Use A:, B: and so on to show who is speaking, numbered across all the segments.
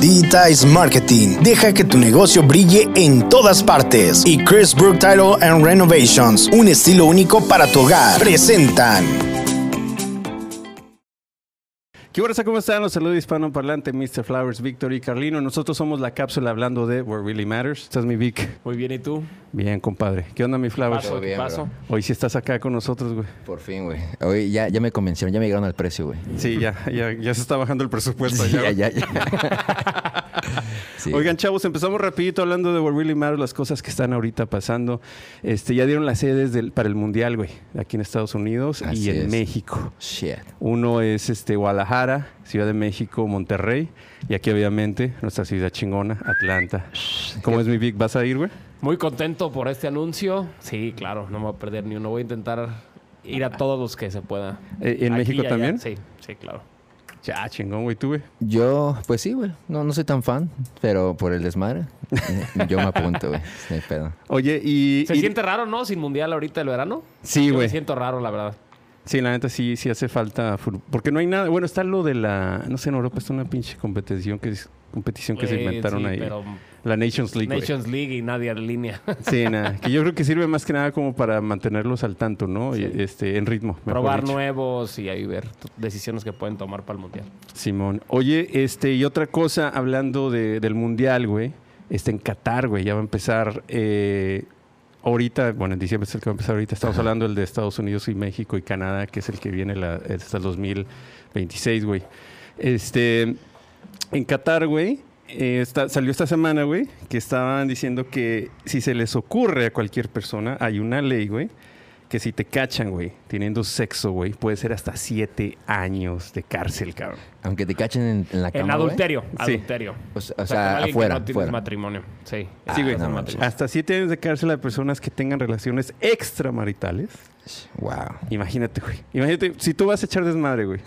A: Digitize Marketing. Deja que tu negocio brille en todas partes. Y Chris Brook Title and Renovations. Un estilo único para tu hogar. Presentan.
B: ¿Qué horas? ¿Cómo están? Los saludos hispano parlante, Mr. Flowers, Víctor y Carlino. Nosotros somos la cápsula hablando de What Really Matters. Estás mi Vic.
C: Muy bien, ¿y tú?
B: Bien, compadre. ¿Qué onda, mi Flowers?
C: Paso,
D: Todo bien,
C: paso.
B: Hoy sí estás acá con nosotros, güey.
D: Por fin, güey. Hoy ya, ya me convencieron, ya me llegaron al precio, güey.
B: Sí, ya, ya, ya se está bajando el presupuesto.
D: Sí,
B: ya,
D: ya,
B: güey.
D: ya, ya. Sí.
B: Oigan, chavos, empezamos rapidito hablando de What Really Matters, las cosas que están ahorita pasando. Este, ya dieron las sedes del- para el Mundial, güey, aquí en Estados Unidos y
D: Así
B: en
D: es.
B: México.
D: Shit.
B: Uno es este, Guadalajara, Ciudad de México, Monterrey. Y aquí, obviamente, nuestra ciudad chingona, Atlanta. ¿Cómo es mi Vic? ¿Vas a ir, güey?
C: Muy contento por este anuncio. Sí, claro, no me voy a perder ni uno. Voy a intentar ir a todos los que se pueda.
B: Eh, ¿en México
C: y allá.
B: también?
C: Sí, sí, claro.
B: Ya, chingón, güey, tú, güey.
D: Yo, pues sí, güey. No, no soy tan fan, pero por el desmadre, eh, yo me apunto, güey. No hay pedo.
B: Oye, y.
C: Se
B: y-
C: siente raro, ¿no? Sin mundial ahorita el verano.
B: Sí,
C: Yo
B: güey.
C: Me siento raro, la verdad.
B: Sí, la neta sí, sí hace falta. fut- Porque no hay nada. Bueno, está lo de la. No sé, en Europa está una pinche competición que, es- competición que se
C: Eh,
B: inventaron
C: sí,
B: ahí.
C: Pero
B: La Nations League. güey.
C: Nations League y nadie en línea.
B: Sí, nada. Que yo creo que sirve más que nada como para mantenerlos al tanto, ¿no?
C: Sí.
B: Y, Este, en ritmo. mejor
C: Probar
B: dicho.
C: nuevos y ahí ver t- decisiones que pueden tomar para el mundial.
B: Simón. Oye, este, y otra cosa, hablando de- del Mundial, güey. Este, en Qatar, güey, ya va a empezar eh, ahorita, bueno, en diciembre es el que va a empezar ahorita. Estamos hablando del de Estados Unidos y México y Canadá, que es el que viene la, hasta el 2026, güey. Este, en Qatar, güey, eh, está- salió esta semana, güey, que estaban diciendo que si se les ocurre a cualquier persona, hay una ley, güey, que si te cachan, güey, teniendo sexo, güey, puede ser hasta siete años de cárcel, cabrón.
D: Aunque te cachen en, en la
C: En
D: cama, güey.
C: adulterio.
B: Sí.
C: Adulterio.
D: O sea, o
C: con
D: sea,
C: alguien que
D: afuera,
C: No tienes
D: afuera.
C: matrimonio. Sí.
D: Ah,
B: Sí, güey.
D: no manches.
B: Hasta siete años de cárcel a personas que tengan relaciones extramaritales.
D: Wow.
B: Imagínate, güey. Imagínate, si tú vas a echar desmadre, güey.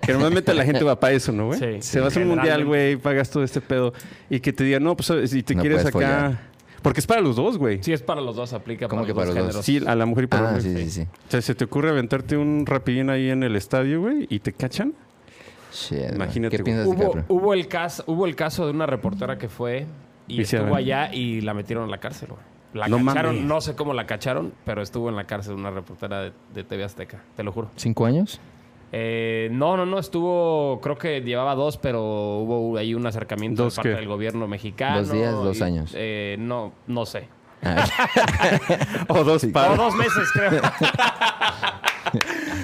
B: Que normalmente la gente va para eso, ¿no, güey?
C: Sí,
B: Se
C: sí,
B: vas a un mundial,
C: generalmente.
B: güey, pagas todo este pedo. Y que te digan, no, pues ¿sabes? si te
D: No
B: quieres acá.
D: puedes follar.
B: Porque es para los dos, güey. Sí.
C: Sí, es para los dos, aplica
D: ¿Cómo
C: para
D: que
C: los dos
D: para los
C: géneros.
D: dos?
B: a la mujer y para el
D: Ah,
B: hombre.
D: sí, sí, sí.
B: O sea, se te ocurre aventarte un rapidín ahí en el estadio, güey, y te cachan.
D: Shit, güey.
B: Imagínate,
D: ¿Qué
B: güey.
D: piensas de
C: Hubo,
D: cabrón?
C: hubo el caso, hubo el caso de una reportera que fue y
B: Y se
C: estuvo
B: aventó.
C: allá y la metieron a la cárcel, güey. La
B: No
C: cacharon,
B: mames.
C: no sé cómo la cacharon, pero estuvo en la cárcel una reportera de, de TV Azteca, te lo juro.
D: ¿Cinco años?
C: Eh, no, no, no, estuvo, creo que llevaba dos, pero hubo ahí un acercamiento
B: ¿Dos
C: de parte
B: qué?
C: del gobierno mexicano.
D: ¿Dos días, dos
C: y,
D: años?
C: eh, no, no sé.
D: Ah,
B: O dos
C: O
B: para.
C: dos meses, creo.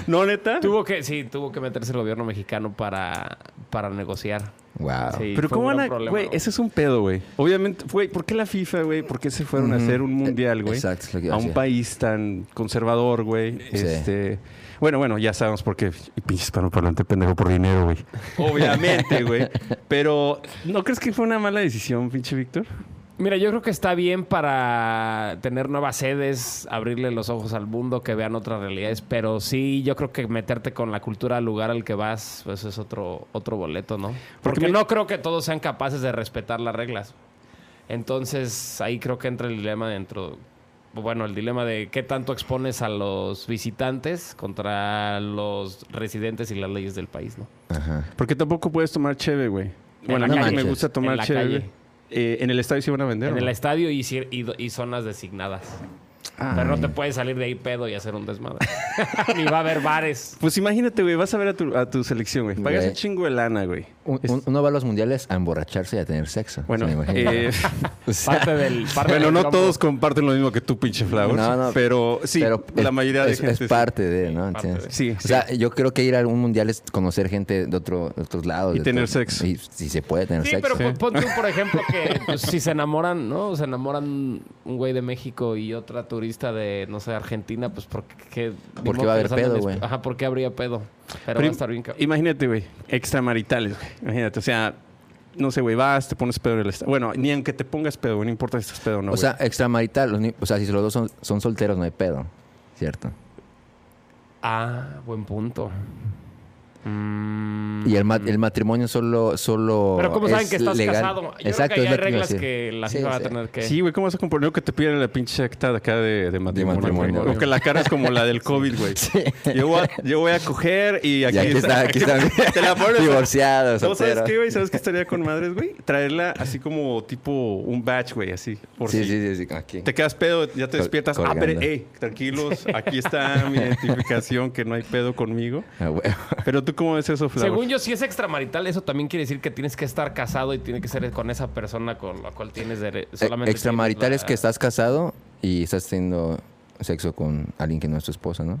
B: No, neta.
C: tuvo que, sí, tuvo que meterse el gobierno mexicano para, para negociar.
D: wow.
C: Sí,
B: Pero
C: fue
B: ¿cómo
C: un
B: van a...?
C: gran problema,
B: Güey,
C: güey.
B: ese es un pedo, güey. Obviamente, güey, ¿por qué la FIFA, güey? ¿Por qué se fueron a hacer un mundial, güey?
D: exacto, es lo que
B: A
D: iba a
B: un
D: decir.
B: país tan conservador, güey.
D: Sí.
B: Este... Bueno, bueno, ya sabemos por qué. Y Pinche hispanoparlante pendejo por dinero, güey. Obviamente, güey. Pero, ¿no crees que fue una mala decisión, pinche Víctor?
C: Mira, yo creo que está bien para tener nuevas sedes, abrirle los ojos al mundo, que vean otras realidades, pero sí, yo creo que meterte con la cultura al lugar al que vas, pues es otro, otro boleto, ¿no? Porque,
B: Porque mi-
C: no creo que todos sean capaces de respetar las reglas. Entonces, ahí creo que entra el dilema dentro, bueno, el dilema de qué tanto expones a los visitantes contra los residentes y las leyes del país, ¿no?
D: Ajá.
B: Porque tampoco puedes tomar cheve, güey. Bueno,
C: la
B: a mí no
D: calle.
B: me gusta tomar
C: En la
B: cheve.
C: calle.
B: güey. Eh, en el estadio sí van a vender.
C: En
B: ¿no?
C: el estadio y, cier- y- y zonas designadas.
B: Ah.
C: Pero no te puedes salir de ahí pedo y hacer un desmadre. Ni va a haber bares.
B: Pues imagínate, güey, vas a ver a tu, a tu selección, güey. Pagas
D: Güey.
B: un chingo de lana, güey.
D: Un-
B: Es-
D: un- uno va a los mundiales a emborracharse y a tener sexo.
B: Bueno,
D: me imagino.
B: eh,
D: O sea,
C: Parte del. parte
B: Bueno,
C: del
B: no
C: trompo.
B: todos comparten lo mismo que tú, pinche Flowers.
D: No, no,
B: pero sí,
D: pero
B: la
D: es-
B: mayoría de
D: es,
B: gente.
D: es
B: sí.
D: parte de, ¿no?
C: parte
D: Entiendes.
B: Sí,
D: O
B: sí.
D: sea, yo creo que ir a un mundial es conocer gente de, otro, de otros lados.
B: Y
D: de
B: tener
D: otro-
B: sexo.
D: Y si se puede tener
C: Sí,
D: sexo. ¿eh?
C: pero pon- pon tú, por ejemplo, que pues, si se enamoran, ¿no? Se enamoran un güey de México y otra turista de, no sé, Argentina, pues porque qué? Ni
D: ¿Por qué
C: modo
D: va a
C: que
D: haber
C: les anden
D: pedo,
C: esp-
D: güey?
C: Ajá, ¿por qué habría pedo? Pero,
B: Pero
C: va a
B: im-
C: estar bien cabrón.
B: Imagínate, güey, extramaritales, güey. Imagínate, o sea, no sé, güey, vas, te pones pedo en el estadio. Bueno, ni aunque te pongas pedo, güey, no importa si estás pedo o no.
D: o
B: güey.
D: sea, extramarital. los ni- o sea, si los dos son, son solteros, no hay pedo. ¿Cierto?
C: Ah, buen punto. Mm,
B: Mm.
D: Y el, ma- el matrimonio solo, solo.
C: pero ¿cómo saben
D: es
C: que estás
D: legal.
C: casado? Yo creo que ahí hay
D: Exacto, es lo que iba a
C: reglas
D: decir.
C: que la
D: Sí,
C: gente va a
D: sí.
C: tener que...
B: Sí, güey, ¿cómo vas a componer que te piden la pinche acta de acá de, de matrimonio?
D: matrimonio,
B: güey?
D: güey.
B: O que la cara es como la del COVID, güey. Yo, voy a, yo voy a coger y aquí,
D: Y aquí está, aquí está.
B: Te la pones.
D: Divorciados,
B: ¿No sabes
D: solteros.
B: qué, güey? ¿Sabes qué estaría con madres, güey? Traerla así como tipo un batch, güey, así. Por
D: Sí,
B: si
D: sí, sí, sí, aquí.
B: Te quedas pedo, ya te
D: Col-
B: despiertas. Ah,
D: colgando.
B: pero, hey, tranquilos, aquí está mi identificación que no hay pedo conmigo.
D: Ah, güey.
B: Pero tú, ¿cómo ves
D: Pues,
B: eso, Flower?
C: Según yo, si es extramarital, eso también quiere decir que tienes que estar casado y tiene que ser con esa persona con la cual tienes dere-
D: Eh,
C: solamente
D: Extramarital
C: tienes
D: es que
C: la-
D: estás casado y estás teniendo sexo con alguien que no es tu esposa, ¿no?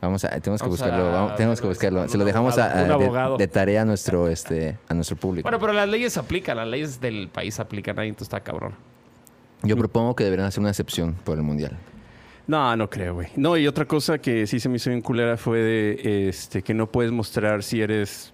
D: Vamos a, tenemos que
C: Vamos a
D: buscarlo, vamos- tenemos que
C: verlo,
D: buscarlo.
C: con
D: Se lo
C: un
D: dejamos a-
C: abogado,
D: a-
C: un
D: de-
C: abogado.
D: de, tarea a nuestro, este, a nuestro público.
C: Bueno, pero las leyes se aplican, las leyes del país se aplican ahí, entonces está cabrón.
D: Yo propongo que deberían hacer una excepción por el mundial.
B: No, no creo, güey. No, y otra cosa que sí se me hizo bien culera fue de este, que no puedes mostrar si eres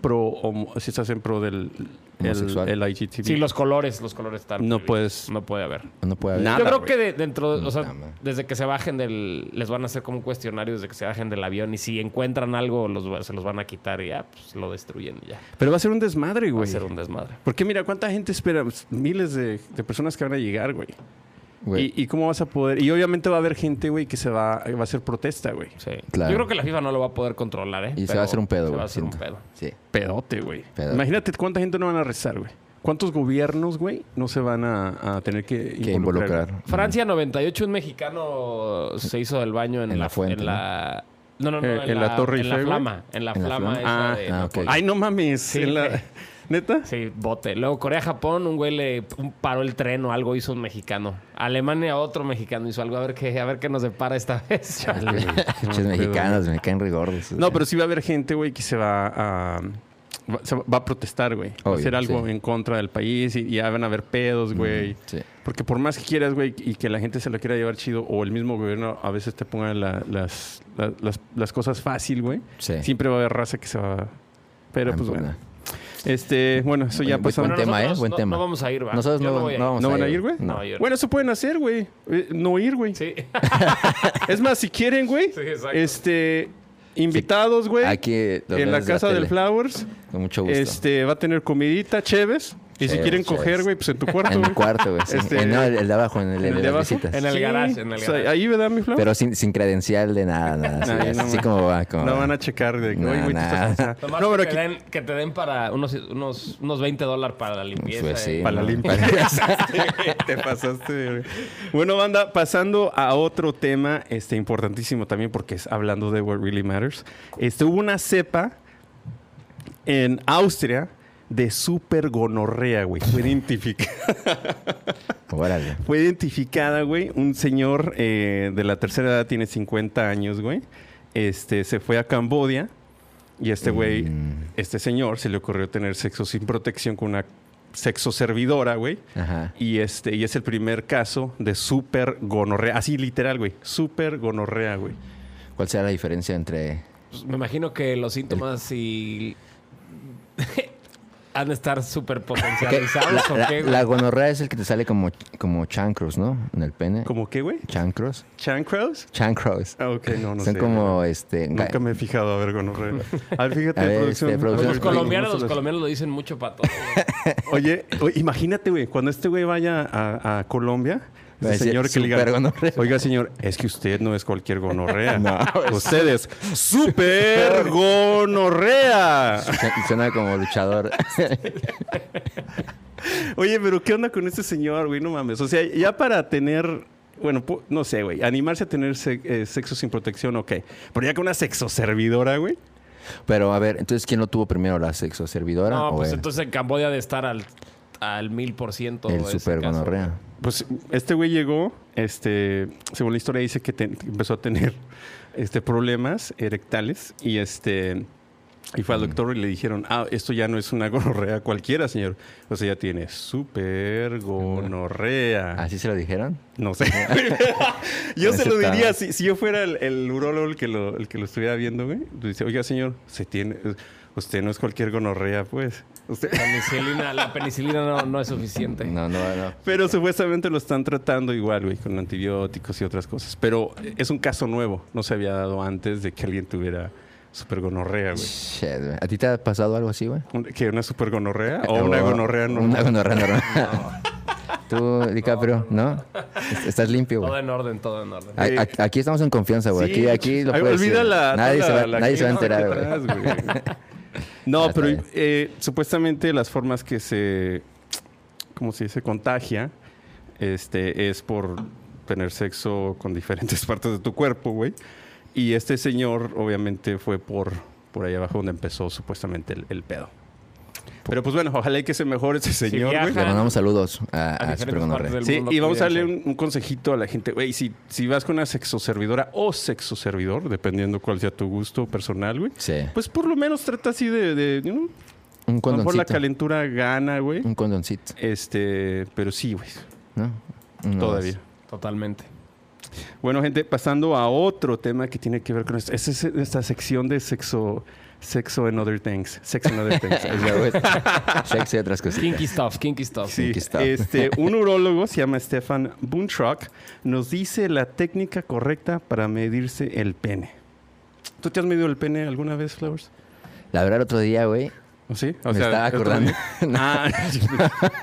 B: pro o si estás en pro del el,
D: Homosexual.
B: el IGTV.
C: Sí, los colores, los colores están.
B: No
C: prohibidos.
B: puedes-
C: No puede haber.
D: No puede haber.
B: Nada,
C: Yo creo
B: güey.
C: que de- dentro, o sea,
D: Nada más.
C: desde que se bajen del, les van a hacer como un cuestionario desde que se bajen del avión y si encuentran algo, los, va- se los van a quitar y ya, pues lo destruyen y ya.
B: Pero va a ser un desmadre,
C: Va a
B: güey.
C: ser un desmadre.
B: Porque mira, ¿cuánta gente espera? Pues, Miles de, de personas que van a llegar, güey.
D: güey.
B: Y, y cómo vas a poder... Y obviamente va a haber gente, güey, que se va, va a hacer protesta, güey.
C: Sí.
D: Claro.
C: Yo creo que la FIFA no lo va a poder controlar, ¿eh?
D: Y se
C: Pero
D: va a hacer un pedo,
C: Se
D: güey,
C: va a hacer un
D: siento.
C: pedo.
D: Sí.
B: Pedote, güey.
D: Pedote.
B: Imagínate cuánta gente no van a rezar, güey. ¿Cuántos gobiernos, güey, no se van a, a tener que,
D: Que involucrar.
C: Francia 98, un mexicano se hizo del baño en,
D: En la
C: la,
D: fuente,
C: En la, no, no, no,
B: Eh, en la Torre
C: En la
B: Eiffel, güey.
C: flama. En la
D: ¿En la
C: flama.
D: flama?
C: esa
B: Ah,
C: de
D: ah,
C: Napoli.
D: ok.
B: Ay, no mames.
C: Sí,
B: en la-
C: güey.
B: ¿Neta?
C: Sí, bote. Luego Corea-Japón, un güey le un- paró el tren o algo hizo un mexicano. Alemania otro mexicano hizo algo. A ver qué, a ver qué nos depara esta vez.
D: Muchos mexicanos me caen rigordos.
B: No, pero sí va a haber gente, güey, que se va a... Va, se va a protestar, güey. Va a
D: Obvio,
B: hacer algo
D: sí.
B: en contra del país y, y ya van a haber pedos, güey.
D: Sí.
B: Porque por más que quieras, güey, y que la gente se la quiera llevar chido o el mismo gobierno a veces te ponga la- las, la- las, las cosas fácil, güey.
D: Sí. Ah,
B: Siempre va a haber raza que se va... Pero pues bueno.
D: Bueno,
B: Este, bueno, eso ya
D: buen-
B: pasó.
D: Buen tema, ¿eh?
C: nosotros
D: Buen
C: no-
D: tema.
C: no vamos a ir, va.
D: Nosotros
C: Yo
D: no,
C: no voy a
D: no
C: ir.
D: vamos
B: ¿No van a ir, güey?
D: No.
C: No, yo no.
B: Bueno, eso pueden hacer, güey. Eh, no ir, güey.
C: Sí.
B: Es más, si quieren, güey,
C: Sí, exacto.
B: este, invitados, güey,
D: Aquí los
B: en la
D: vemos desde
B: casa del
D: tele.
B: Flowers,
D: Con mucho gusto.
B: este, va a tener comidita, cheves, y si
D: Cheves,
B: quieren
D: cheves.
B: coger, güey, pues en tu cuarto,
D: En mi
B: güey.
D: cuarto, güey. sí.
B: Este-
D: Eh, no, el, el de abajo, en el, el de las
B: abajo?
D: visitas.
C: En el garage, en el
B: o sea,
C: garage.
B: ahí, ¿verdad, mi Flow?
D: Pero sin, sin credencial de nada, nada. Así,
B: Ay,
D: así
B: no mames.
D: como va. Como
B: no
D: va.
B: van a checar de que,
D: No,
B: "Oye, güey, tú
D: nah.
B: estás casada".
C: Nomás
B: No, pero
C: que,
B: aquí-
C: te den, que te den para unos, unos, unos 20 dólares para la limpieza.
D: Pues sí,
C: eh.
B: Para la
D: no.
B: limpia. Te pasaste, güey, Te pasaste. güey. Bueno, banda, pasando a otro tema este, importantísimo también, porque es hablando de What Really Matters. Este, hubo una cepa en Austria de super gonorrea, güey. Fue, identific-
D: Órale.
B: fue identificada, güey. Un señor eh, de la tercera edad tiene 50 años, güey. Este, se fue a Cambodia y este güey
D: Mm,
B: este señor se le ocurrió tener sexo sin protección con una sexo servidora, güey.
D: Ajá.
B: Y este y es el primer caso de super gonorrea, así literal, güey, super gonorrea, güey.
D: ¿Cuál será la diferencia entre
C: Pues me imagino que los síntomas y... han de estar súper potencializados.
D: La,
C: ¿o qué,
D: la-
C: güey?
D: la gonorrea es el que te sale como, como chancros, ¿no? En el pene.
B: ¿Cómo qué, güey?
D: Chancros.
B: ¿Chancros?
D: Chancros.
B: Ah, ok, no, no
D: Son
B: sé.
D: como este.
B: Nunca
D: ga-
B: me he fijado a ver gonorrea. A ver, fíjate,
D: A ver,
B: producción.
D: este, producción.
C: Los
D: Los
C: colombianos, los
B: Oye,
C: colombianos lo dicen mucho para todo. güey.
B: Oye, oye, imagínate, güey, cuando este güey vaya a, a Colombia,
D: Va a
B: ese
D: decir,
B: señor que le diga,
D: "Súper gonorrea".
B: oiga, señor, es que usted no es cualquier gonorrea. Ustedes, super gonorrea.
D: su- Suena como luchador.
B: Oye, pero ¿qué onda con este señor, güey? No mames. O sea, ya para tener. Bueno, pu- no sé, güey. Animarse a tener se- eh, sexo sin protección, ok. Pero ya con una sexoservidora, güey.
D: Pero a ver, entonces, ¿quién lo tuvo primero? ¿La sexo servidora?
C: No,
D: o
C: pues
D: el,
C: entonces en Cambodia de estar al al mil por ciento.
D: el
C: ese
D: super
C: caso.
D: gonorrea?
B: Pues este güey llegó, este, según la historia dice que te- que empezó a tener este, problemas erectales y este. Y fue al doctor y le dijeron, ah, esto ya no es una gonorrea cualquiera, señor. O sea, ya tiene super gonorrea.
D: ¿Así se lo dijeron?
B: No sé. yo se
D: Ese
B: lo
D: está-
B: diría si, si yo fuera el, el urólogo el que lo, el que lo estuviera viendo, güey. le Dice, oiga, señor, se tiene, usted no es cualquier gonorrea, pues. Usted-
C: Penicilina, la penicilina no, no es suficiente.
D: No, no, no.
B: Pero supuestamente lo están tratando igual, güey, con antibióticos y otras cosas. Pero es un caso nuevo. No se había dado antes de que alguien tuviera Super gonorrea, güey.
D: Shit, güey. ¿A ti te ha pasado algo así, güey?
B: Un- ¿Qué? ¿Una super gonorrea? ¿O una gonorrea normal?
D: Una gonorrea normal. Tú, DiCaprio, ¿no? Es- Estás limpio,
C: Todo
D: güey.
C: en orden, todo en orden.
D: A- a- Aquí estamos en confianza, güey.
B: Sí,
D: Aquí, aquí lo
B: ay,
D: puedes
B: olvida
D: decir.
B: la-
D: nadie
B: toda
D: se va,
B: la- la
D: nadie se va a
B: queja
D: enterar, güey.
B: que traes, güey. No,
D: está
B: pero
D: bien.
B: eh, supuestamente las formas que se, ¿cómo se dice? Contagia, este, es por tener sexo con diferentes partes de tu cuerpo, güey. Y este señor, obviamente, fue por, por ahí abajo donde empezó supuestamente el, el pedo. Pero pues bueno, ojalá y que se mejore ese señor,
C: viaja,
B: güey.
D: Le mandamos saludos a,
C: A
D: a,
C: diferentes
D: Supergonorrea.
C: partes del-
B: Sí,
C: mundo
B: y vamos a darle
C: pudiera
B: un, un consejito a la gente. Güey, si, si vas con una sexoservidora o sexoservidor, dependiendo cuál sea tu gusto personal, güey,
D: Sí.
B: pues por lo menos trata así de... de you know, a
D: Un
B: lo mejor la
D: condoncito.
B: calentura gana, güey.
D: Un condoncito,
B: Este, pero sí, güey.
D: ¿no? Uno,
B: Todavía.
D: dos.
C: Totalmente.
B: Bueno, gente, pasando a otro tema que tiene que ver con esto. Esta es esta sección de sexo... Sexo and other things. Sexo and other things.
D: Es la güey. Sexo y otras cositas.
C: Kinky stuff, kinky stuff.
B: Sí,
D: Aquí está.
B: este, un urólogo, se llama Stefan Buntrock, nos dice la técnica correcta para medirse el pene. ¿Tú te has medido el pene alguna vez, Flowers?
D: La verdad, el otro día, güey,
B: ¿O sí? O
D: me
B: sea,
D: estaba
B: el otro
D: acordando.
B: día. Ah,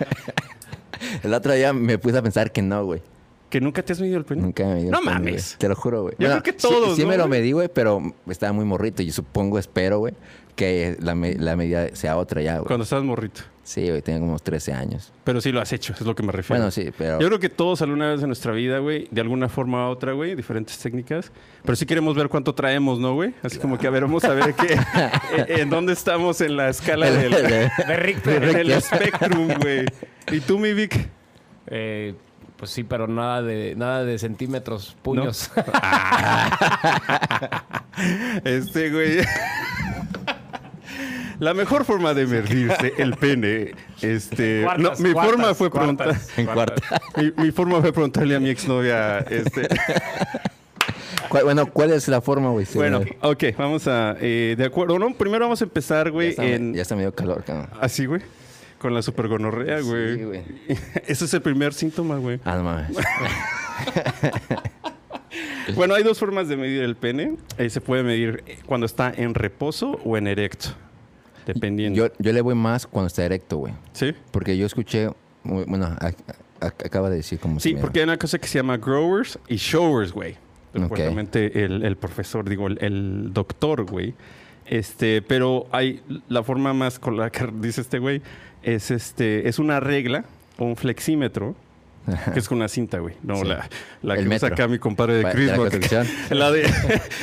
D: El otro día me puse a pensar que no, güey.
B: ¿Que nunca te has medido el pene?
D: Nunca me dio
B: No
D: el pene,
B: mames.
D: güey. Te lo juro, güey.
B: Yo creo que todos,
D: Sí, sí
B: ¿no,
D: me lo
B: güey?
D: medí, güey, pero estaba muy morrito. Y supongo, espero, güey, que la, me- la medida sea otra ya, güey.
B: Cuando estabas morrito.
D: Sí, güey, tenía como unos 13 años.
B: Pero sí lo has hecho, es lo que me refiero.
D: Bueno, sí, pero.
B: Yo creo que todos alguna vez en nuestra vida, güey, de alguna forma u otra, güey, diferentes técnicas. Pero sí queremos ver cuánto traemos, ¿no, güey? Así como que a ver, vamos a ver qué, eh, en- en dónde estamos en la escala del,
C: De Richter.
B: en el Spectrum, güey. ¿Y tú, mi Vic?
C: Eh, pues sí, pero nada de nada de centímetros, puños.
B: Este, güey. La mejor forma de medirse el pene, este...
C: Cuartas,
B: no, mi
C: cuartas,
B: forma fue
C: cuartas,
B: preguntar...
D: en cuarta.
B: Mi, mi forma fue preguntarle a mi exnovia, este...
D: ¿Cuál- bueno, ¿cuál es la forma, güey? Sí,
B: Bueno,
D: güey.
B: ok, vamos a... eh, de acuerdo, no, primero vamos a empezar,
D: Ya
B: güey,
D: está,
B: en...
D: ya está medio calor, cabrón.
B: Así, güey. Con la supergonorrea,
D: Sí,
B: güey.
D: güey.
B: Ese es el primer síntoma, güey.
D: Ah, no mames.
B: Bueno, hay dos formas de medir el pene. Eh, se puede medir cuando está en reposo o en erecto. Dependiendo.
D: Yo, yo le voy más cuando está erecto, güey.
B: ¿Sí?
D: Porque yo escuché. muy- Bueno, a- a- acaba de decir como.
B: Sí,
D: si me-
B: porque hay una cosa que se llama growers y showers, güey.
D: Ok.
B: Supuestamente el, el profesor, digo, el, el doctor, güey. Este, pero hay la forma más con la que dice este güey es este es una regla o un flexímetro que es con una cinta, güey. No
D: Sí.
B: la, la
D: El
B: que usa
D: metro.
B: acá mi compadre de
D: Pa- de
B: Chris
D: la
B: Rock.
D: construcción.
B: La de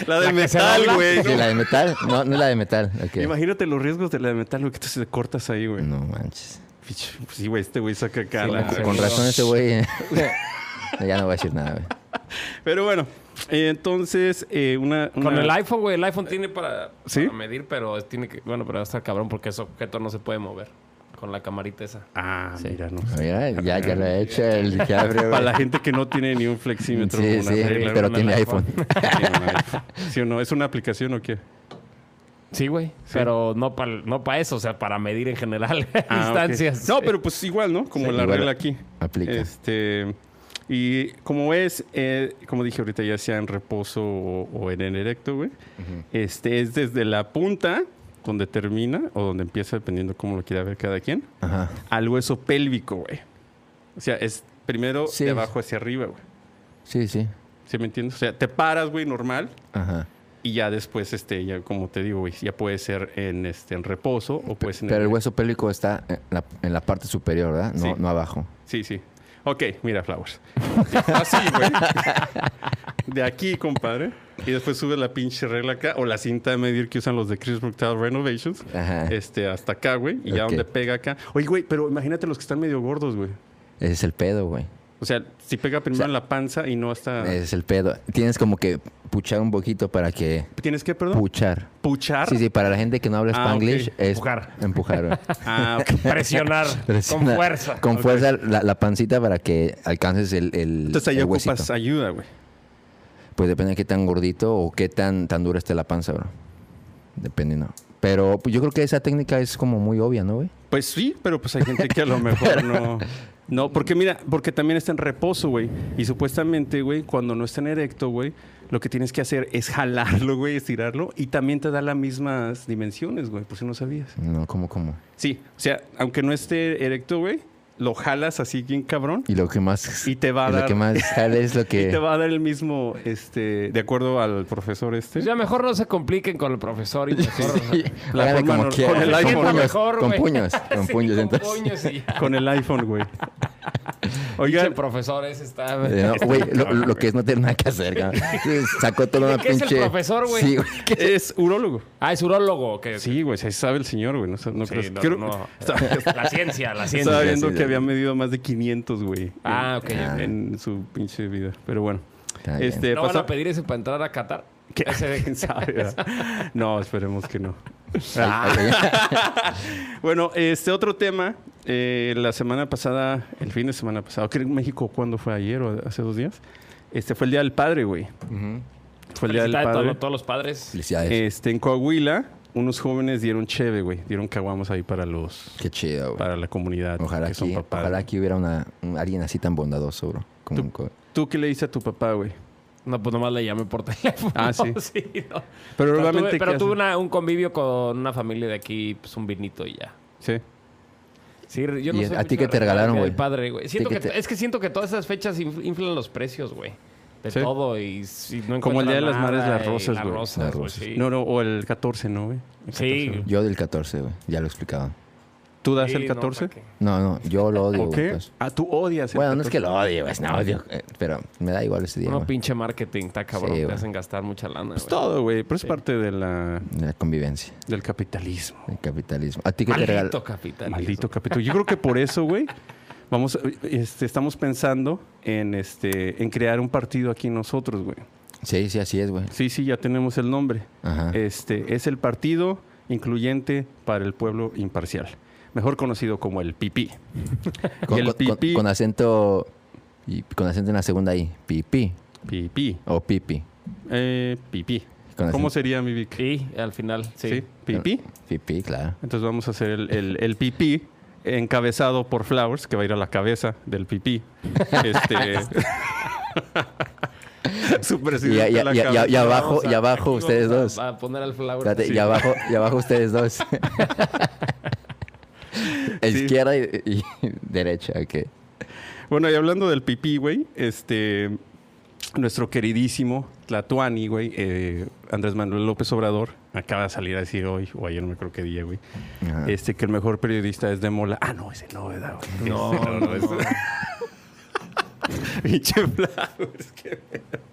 B: la de
C: La que se
B: metal,
C: dobla.
B: güey.
D: Sí,
B: ¿no?
D: la de metal. No, no es la de metal. ok.
B: Imagínate los riesgos de la de metal, güey, que tú se te cortas ahí, güey.
D: No manches.
B: Piche, pues Sí, güey, este güey saca acá
C: Sí,
B: la-
C: güey,
D: Con
C: Sí.
D: razón ese güey. No, ya no voy a decir nada, güey.
B: Pero bueno, eh, entonces eh, una,
C: Con
B: una-
C: el iPhone, güey. El iPhone tiene para,
B: ¿Sí?
C: para medir, pero tiene que. Bueno, pero va a estar cabrón porque ese objeto no se puede mover. Con la camarita esa.
B: Ah, mira, no.
D: Mira, ya, ya lo he hecho el diablo,
B: Para
D: güey.
B: la gente que no tiene ni un flexímetro.
D: Sí,
B: una
D: sí,
B: regla,
D: pero
B: una-
D: tiene
C: el
D: iPhone.
C: iPhone.
B: ¿Sí o no? ¿Es una aplicación o qué?
C: Sí, güey. Pero no para no pa eso, o sea, para medir en general
B: Ah, ok.
C: distancias.
B: No, pero pues igual, ¿no? Como
D: Sí,
B: la
D: igual
B: regla aquí.
D: aplica.
B: Este, y como es, eh, como dije ahorita, ya sea en reposo o, o en el erecto, güey. Este es desde la punta, donde termina o donde empieza, dependiendo cómo lo quiera ver cada quien,
D: Ajá.
B: al hueso pélvico, güey. O sea, es primero
D: Sí.
B: de abajo hacia arriba, güey.
D: Sí, sí.
B: ¿Sí me entiendes? O sea, te paras, güey, normal.
D: Ajá.
B: Y ya después, este, ya como te digo, güey, ya puede ser en, este, en reposo o puede ser en
D: Pero el hueso pélvico está en la, en la parte superior, ¿verdad? No,
B: Sí.
D: no abajo.
B: Sí, sí. Ok, mira, Flowers. Así, güey. De aquí, compadre. Y después sube la pinche regla acá o la cinta de medir que usan los de Chris Tower Renovations.
D: Ajá.
B: Este, hasta acá, güey. Y ya
D: Ok.
B: donde pega acá. Oye, güey, pero imagínate los que están medio gordos, güey.
D: Ese es el pedo, güey.
B: O sea, si pega primero en la panza y no hasta...
D: Ese es el pedo. Tienes como que puchar un poquito para que.
B: ¿Tienes qué, perdón?
D: Puchar.
B: ¿Puchar?
D: Sí, sí, para la gente que no habla
B: Ah,
D: spanglish
B: ok.
D: es.
C: Empujar.
D: Empujar, güey.
B: Ah, ok.
C: Presionar con
D: Presiona-
C: fuerza.
D: Con fuerza la, la pancita para que alcances el, el,
B: Entonces ahí
D: el
B: ocupas
D: huesito.
B: ayuda, güey.
D: Pues depende de qué tan gordito o qué tan, tan dura esté la panza, bro. Dependiendo. Pero pues, yo creo que esa técnica es como muy obvia, ¿no, güey?
B: Pues sí, pero pues hay gente que a lo mejor no... No, porque mira, porque también está en reposo, güey. Y supuestamente, güey, cuando no está en erecto, güey, lo que tienes que hacer es jalarlo, güey, estirarlo. Y también te da las mismas dimensiones, güey, por si no sabías.
D: No, ¿cómo, cómo?
B: Sí, o sea, aunque no esté erecto, güey, lo jalas así bien cabrón.
D: Y lo que más.
B: Y te va a
D: Lo
B: dar-
D: que más jala es lo
B: Y
D: que.
B: te va a dar el mismo, este, de acuerdo al profesor este.
C: Pues ya mejor no se compliquen con el profesor y mejor...
D: Sí,
B: La
D: hágale
B: forma
D: como
B: nor-
D: quiera.
B: con el
D: Con
B: iPhone,
D: puños,
C: mejor,
D: con
C: güey.
D: puños, con
C: Sí,
D: puños,
C: con
D: entonces.
C: puños y ya.
B: Con el iPhone, güey.
C: Oigan,
B: Oigan,
C: profesor ese está...
D: Eh, no, güey, lo, lo que es no tener nada que hacer, cabrón. Sacó todo una
C: ¿Qué es el
D: pinche.
C: profesor, güey?
D: Sí, güey.
B: es urólogo.
C: Ah, es urólogo. Que...
B: Sí, güey, se sabe el señor, güey. No, sé, no
C: Sí,
B: creas-
C: no,
B: creo-
C: no.
B: Estaba,
C: La ciencia, la ciencia.
B: estaba
D: sí,
B: viendo
D: sí,
B: que
D: sí.
B: había medido más de 500, güey.
C: Ah, ok.
B: en-
D: ok.
B: En su pinche vida. Pero bueno.
D: Está bien.
B: Este,
C: ¿No van
B: pasa-
C: a pedir ese para entrar a Qatar?
B: ¿Qué?
C: Ese de-
B: ¿Quién sabe, verdad? no, esperemos que no. Ah.
D: Ahí- ahí-
B: Bueno, este otro tema. eh, la semana pasada, el fin de semana pasado, que en México, ¿cuándo fue? ¿Ayer o hace dos días? Este fue el Día del Padre, güey.
D: Ujú.
B: Fue el Día del
C: Felicidades a
B: Padre.
C: todos, todos los padres.
D: Felicidades.
B: Este, en Coahuila, unos jóvenes dieron cheve, güey. Dieron caguamos ahí para los
D: Qué chido, güey.
B: para la comunidad
D: Ojalá
B: que son
D: aquí,
B: papás.
D: ojalá aquí hubiera una, un- alguien así tan bondadoso, bro. Como un co-
B: ¿Tú qué le dices a tu papá, güey?
C: No, pues nomás le llamé por teléfono.
B: Ah, sí.
C: no.
B: Pero
C: Pero
B: realmente
C: tuve,
B: ¿qué
C: pero tuve
B: hacen?
C: una- un convivio con una familia de aquí, pues un vinito y ya.
B: Sí.
C: Sí, yo
D: ¿Y
C: no
D: a-
C: soy
D: a ti
C: mucho
D: qué
C: de
D: te regalaron,
C: regalar,
D: güey?
C: mi padre, güey. Siento
D: ¿Qué
C: que-
D: te-
C: Es que siento que todas esas fechas inf- inflan los precios, güey. De
B: Sí.
C: todo y, si no
B: Como el Día de las
C: encuentran
B: Madres,
C: nada,
B: las
C: y
B: rosas,
C: las
B: güey.
C: rosas,
D: Las
C: güey,
D: rosas.
C: sí.
B: No, no, o el 14, ¿no, güey? El
C: Sí.
B: 14, güey.
D: Yo del 14, güey. Ya lo explicaba.
B: ¿Tú das
C: Sí,
B: el
C: no,
B: 14?
C: ¿para qué?
D: No, no, yo lo odio,
B: ¿O
D: güey.
B: qué?
D: pues.
B: Ah, tú odias el
D: Bueno, no es
B: 14.
D: que lo odie, güey. No, odio. eh, Pero me da igual ese día,
C: No,
D: güey.
C: pinche marketing, está cabrón.
D: Sí,
C: te
D: güey.
C: hacen gastar mucha lana,
B: Pues
C: güey.
B: todo, güey. Pero es parte de la,
D: La convivencia,
B: del capitalismo.
D: el capitalismo. ¿A ti qué te
C: Maldito
D: regaló?
C: capital.
B: Maldito capítulo. Yo creo que por eso, güey, vamos, a- este, estamos pensando en, este, en crear un partido aquí nosotros, güey.
D: Sí, sí, así es, güey.
B: Sí, sí, ya tenemos el nombre.
D: Ajá.
B: Este es el partido incluyente para el pueblo imparcial, mejor conocido como el PIPI.
D: Con,
B: y el
D: con- con-
B: pipí.
D: con acento. y- con acento en la segunda I. Pipí
B: PIPI.
D: o pipi.
B: Eh, PIPI.
D: Con
B: ¿Cómo
D: acento-
B: sería mi Vic?
C: Sí, al final, sí.
B: Sí, PIPI.
D: Pipí, claro.
B: Entonces vamos a hacer el, el, el pipí encabezado por Flowers, que va a ir a la cabeza del pipí. Este... Su
D: Y, a-
B: presidente
D: y, a-
B: a la
D: y a- y a- y
B: cabeza.
D: abajo,
C: Vamos a-
D: y abajo
C: aquí
D: ustedes
C: vamos
D: dos.
C: A, a poner al flower.
D: Espérate,
C: Sí.
D: y abajo, y abajo ustedes dos. Izquierda y, y derecha, ok.
B: Bueno, y hablando del pipí, güey, este... Nuestro queridísimo Tlatuani, güey, eh, Andrés Manuel López Obrador, acaba de salir a decir hoy, o ayer no me creo qué día, güey,
D: Ajá.
B: este, que el mejor periodista es de Mola. Ah, no, ese no, ¿verdad, güey?
C: No, no, no.
B: Pinche Flowers, qué pedo.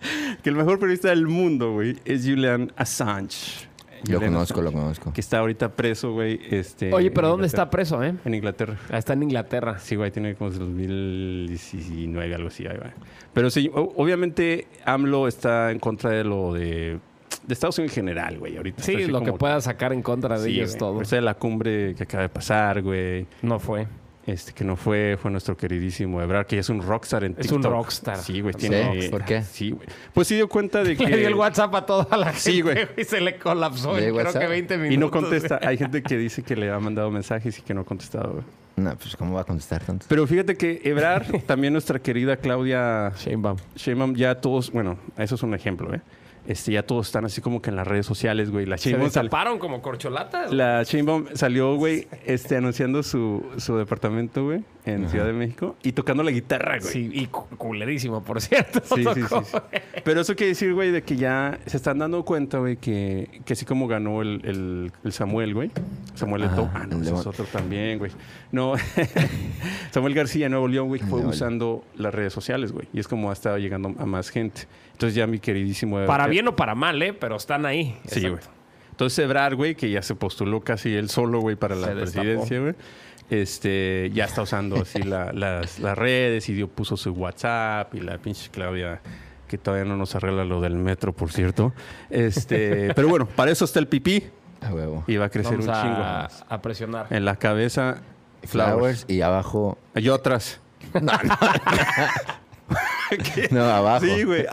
B: Que el mejor periodista del mundo, güey, es Julian Assange.
D: Lo
B: Julian
D: conozco,
B: Assange,
D: lo conozco.
B: Que está ahorita preso, güey. Este,
C: Oye,
B: en
C: pero ¿dónde
B: Inglaterra.
C: está preso, eh?
B: En Inglaterra.
C: Ah, Está en Inglaterra.
B: Sí, güey, tiene como desde 2019, algo así. ahí va. Pero sí, o- obviamente AMLO está en contra de lo de, de Estados Unidos en general, güey. Ahorita
C: Sí,
B: está así
C: lo que
B: como-
C: pueda sacar en contra de
B: Sí,
C: ellos
B: güey.
C: todo.
B: Está de la cumbre que acaba de pasar, güey.
C: No fue.
B: Este, que no fue, fue nuestro queridísimo Ebrard, que ya es un rockstar en
C: Es
B: TikTok.
C: un rockstar.
B: Sí, güey.
C: Sí,
B: Tiene,
D: rockstar. ¿Por qué?
B: Sí, güey. Pues sí dio cuenta de que...
C: Le dio el WhatsApp a toda la gente
B: Sí, güey.
C: y se le colapsó
D: ¿De
C: en creo
D: WhatsApp?
C: que 20 minutos.
B: Y no contesta. Hay gente que dice que le ha mandado mensajes y que no ha contestado, güey.
D: No, pues, ¿cómo va a contestar tanto?
B: Pero fíjate que Ebrard, también nuestra querida Claudia
C: Sheinbaum.
B: Sheinbaum, ya todos... Bueno, eso es un ejemplo, ¿eh? Este, ya todos están así como que en las redes sociales, güey. La
C: Se
B: Sheinbaum, sal-
C: destaparon como corcholatas.
B: la Sheinbaum salió, güey, este, anunciando su, su departamento, güey, en Ciudad de México. Y tocando la guitarra, güey.
C: Sí, y cu- culerísimo, por cierto.
B: Sí, sí, sí,
C: tocó.
B: sí. Pero eso quiere decir, güey, de que ya se están dando cuenta, güey, que, que así como ganó el, el- el Samuel, güey. Samuel Eto'o.
D: Ah,
B: Ah, no,
D: el
B: ese
D: de-
B: es otro también, güey. No. Samuel García de Nuevo León, güey, fue
D: Nuevo León.
B: usando las redes sociales, güey. Y es como ha estado llegando a más gente. Entonces ya mi queridísimo...
C: Para
B: eh,
C: bien o para mal, ¿eh? Pero están ahí.
B: Sí,
C: Exacto.
B: güey. Entonces Ebrard, güey, que ya se postuló casi él solo, güey, para la
C: Se destapó.
B: presidencia, güey. Este, ya está usando así la- las, las redes y dio, puso su WhatsApp y la pinche Claudia, que todavía no nos arregla lo del metro, por cierto. Este, pero bueno, para eso está el pipí
D: A huevo.
B: y va a crecer
C: Vamos
B: un
C: a,
B: chingo. Eh.
C: a presionar.
B: En la cabeza, flowers.
D: Flowers y abajo.
B: Y otras.
D: No, abajo.
B: Sí, güey.
D: Ah,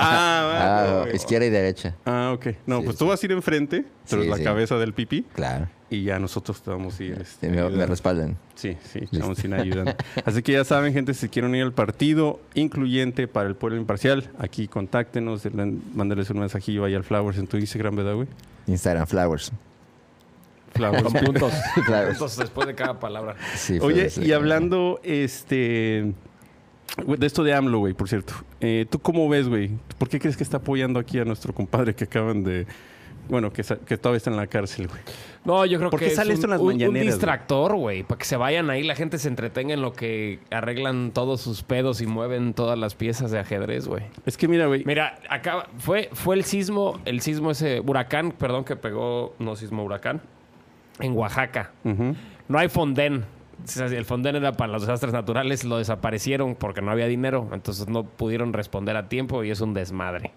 B: Ah, ah, güey.
D: izquierda y derecha.
B: Ah, ok. No,
D: Sí,
B: pues
D: sí.
B: tú vas a ir enfrente, pero
D: Sí,
B: es la
D: sí.
B: cabeza del pipí.
D: Claro.
B: y ya nosotros te vamos a ir. este,
D: Me, me
B: ayudando.
D: respaldan.
B: Sí, sí, estamos sin ayuda. Así que ya saben, gente, si quieren ir al partido incluyente para el pueblo imparcial, aquí contáctenos, den- mándenles un mensajillo ahí al Flowers en tu Instagram, ¿verdad, güey?
D: Instagram, Flowers.
B: Flowers.
C: Con puntos.
D: Flowers.
C: puntos después de cada palabra.
B: Oye,
D: Sí, Flowers,
B: y
D: sí.
B: hablando este güey, de esto de AMLO, güey, por cierto. eh, ¿Tú cómo ves, güey? ¿Por qué crees que está apoyando aquí a nuestro compadre que acaban de... Bueno, que, sa- que todavía está en la cárcel, güey.
C: No, yo creo
B: ¿Por
C: que
B: qué sale
C: es
B: esto en
C: un,
B: las
C: un- un
B: mañaneras, güey?
C: distractor, güey, para que se vayan ahí, la gente se entretenga en lo que arreglan todos sus pedos y mueven todas las piezas de ajedrez, güey.
B: Es que mira, güey.
C: Mira, acá fue, fue el sismo, el sismo ese huracán, perdón, que pegó, no sismo huracán, en Oaxaca.
B: Ujú.
C: No hay fondén. O sea, El fondén era para los desastres naturales, lo desaparecieron porque no había dinero, entonces no pudieron responder a tiempo y es un desmadre.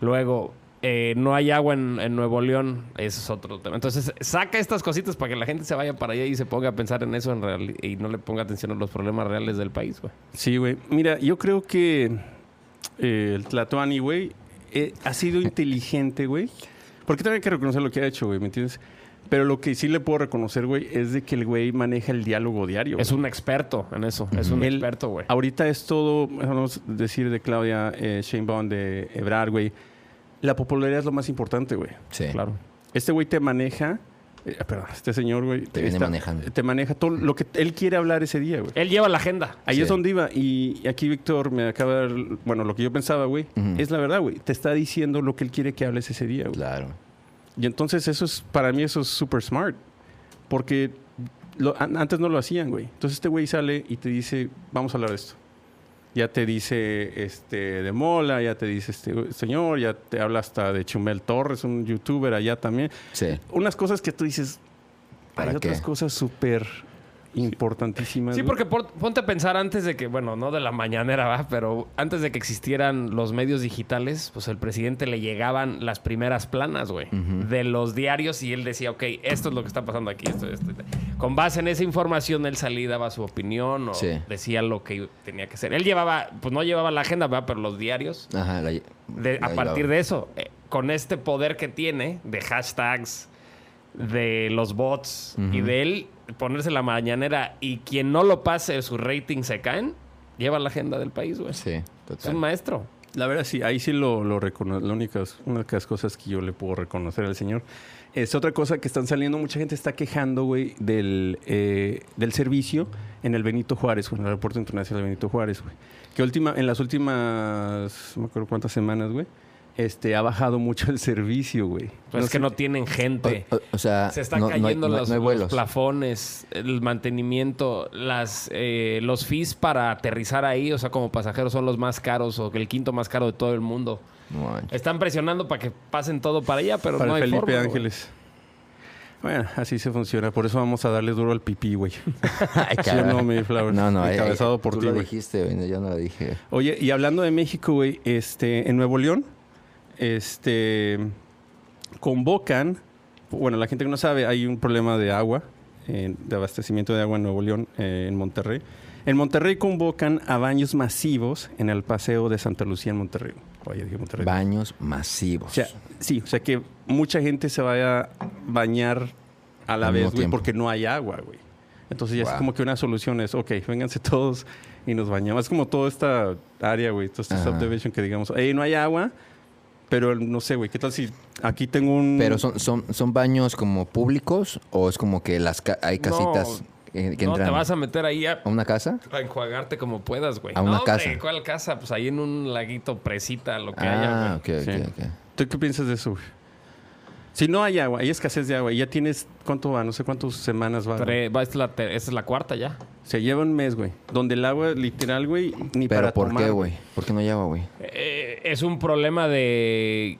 C: Luego, eh, no hay agua en, en Nuevo León, eso es otro tema. Entonces, saca estas cositas para que la gente se vaya para allá y se ponga a pensar en eso en real- y no le ponga atención a los problemas reales del país, güey.
B: Sí, güey. Mira, yo creo que eh, el Tlatoani, güey, eh, ha sido inteligente, güey. Porque también hay que reconocer lo que ha hecho, güey, ¿me entiendes? Pero lo que sí le puedo reconocer, güey, es de que el güey maneja el diálogo diario.
C: Es
B: güey.
C: un experto en eso, es un
B: Él-
C: experto, güey.
B: Ahorita es todo, vamos a decir de Claudia eh, Sheinbaum, de Ebrard, güey. La popularidad es lo más importante, güey.
D: Sí.
C: Claro.
B: Este güey te maneja, eh, perdón, este señor, güey.
D: Te viene manejando.
B: Te maneja todo lo que él quiere hablar ese día, güey.
C: Él lleva la agenda.
B: Ahí
D: Sí.
B: es donde iba. Y y aquí Víctor me acaba de dar, bueno, lo que yo pensaba, güey,
D: Ujú.
B: es la verdad, güey. Te está diciendo lo que él quiere que hables ese día, güey.
D: Claro.
B: Y entonces eso es, para mí eso es super smart. Porque lo- an- antes no lo hacían, güey. Entonces este güey sale y te dice, vamos a hablar de esto. Ya te dice este de Mola, ya te dice este güey, señor, ya te habla hasta de Chumel Torres, un youtuber allá también.
D: Sí.
B: Unas cosas que tú dices, hay
D: ¿Para qué?
B: otras cosas súper importantísimas.
C: Sí,
B: güey.
C: porque por- ponte a pensar antes de que, bueno, no de la mañanera, ¿va? pero antes de que existieran los medios digitales, pues el presidente le llegaban las primeras planas, güey, de los diarios y él decía, ok, esto es lo que está pasando aquí, esto, esto, esto". Con base en esa información, él salía y daba su opinión o
D: Sí.
C: decía lo que tenía que ser. Él llevaba, pues no llevaba la agenda, ¿va? pero los diarios,
D: Ajá. la-
C: de- a
D: la-
C: partir de eso, eh, con este poder que tiene de hashtags, de los bots y de él ponerse la mañanera y quien no lo pase, sus ratings se caen, lleva la agenda del país, güey.
D: Sí,
C: Es un
D: total.
C: maestro.
B: La verdad, sí, ahí sí lo, lo reconozco. La única, una de las cosas que yo le puedo reconocer al señor. Es otra cosa que están saliendo, mucha gente está quejando, güey, del, eh, del servicio en el Benito Juárez, güey, en el aeropuerto internacional de Benito Juárez, güey. Que última, en las últimas, no me acuerdo cuántas semanas, güey, este, ha bajado mucho el servicio, güey.
C: Pues es que
B: sé-
C: no tienen gente.
D: O, o- o sea,
C: se están
D: no, no hay-
C: cayendo
D: no hay-
C: los,
D: no hay
C: los
D: vuelos.
C: plafones, el mantenimiento, las, eh, los fees para aterrizar ahí, o sea, como pasajeros son los más caros o el quinto más caro de todo el mundo.
D: No manches.
C: Están presionando para que pasen todo para allá, pero
B: Para
C: no hay
B: Felipe
C: forma, güey.
B: Ángeles. Bueno, así se funciona. Por eso vamos a darle duro al pipí, güey.
D: Ay, cabrón.
B: no, mi Flowers.
D: No, no, ay, ay,
B: Encabezado por
D: tú
B: ti,
D: lo
B: güey.
D: dijiste, güey, yo no lo dije.
B: Oye, y hablando de México, güey, este, en Nuevo León, este, convocan, bueno, la gente que no sabe, hay un problema de agua, eh, de abastecimiento de agua en Nuevo León, eh, en Monterrey. En Monterrey convocan a baños masivos en el paseo de Santa Lucía en Monterrey. Oye, dije Monterrey.
D: Baños
B: o
D: masivos.
B: sea, sí, o sea que mucha gente se vaya a bañar a la
D: Al
B: vez,
D: mismo
B: güey,
D: tiempo.
B: porque no hay agua, güey. Entonces ya es
D: Wow.
B: como que una solución es, ok, vénganse todos y nos bañamos. Es como toda esta área, güey, toda esta
D: Ajá.
B: subdivision que digamos, hey, no hay agua, pero no sé, güey, ¿qué tal si aquí tengo un...
C: Mm.
D: Pero son, son, son baños como públicos o es como que las ca- hay casitas que, que
C: no
D: entran
C: te vas a meter ahí a,
D: a una casa.
C: a enjuagarte como puedas, güey.
D: A una
C: no, hombre,
D: casa.
C: ¿Cuál casa? Pues ahí en un laguito presita, lo que haya,
D: Ah,
C: güey.
D: ok, ok,
B: Sí.
D: ok.
B: ¿Tú qué piensas de eso, güey? Si no hay agua, hay escasez de agua y ya tienes, ¿cuánto va? No sé cuántas semanas va. güey.
C: Tres- va, es la ter- esa es la cuarta ya.
B: Se lleva un mes, güey, donde el agua literal, güey, ni
D: Pero
B: para
D: ¿por
B: tomar,
D: qué, güey? ¿Por qué no lleva, güey?
C: Eh, es un problema de,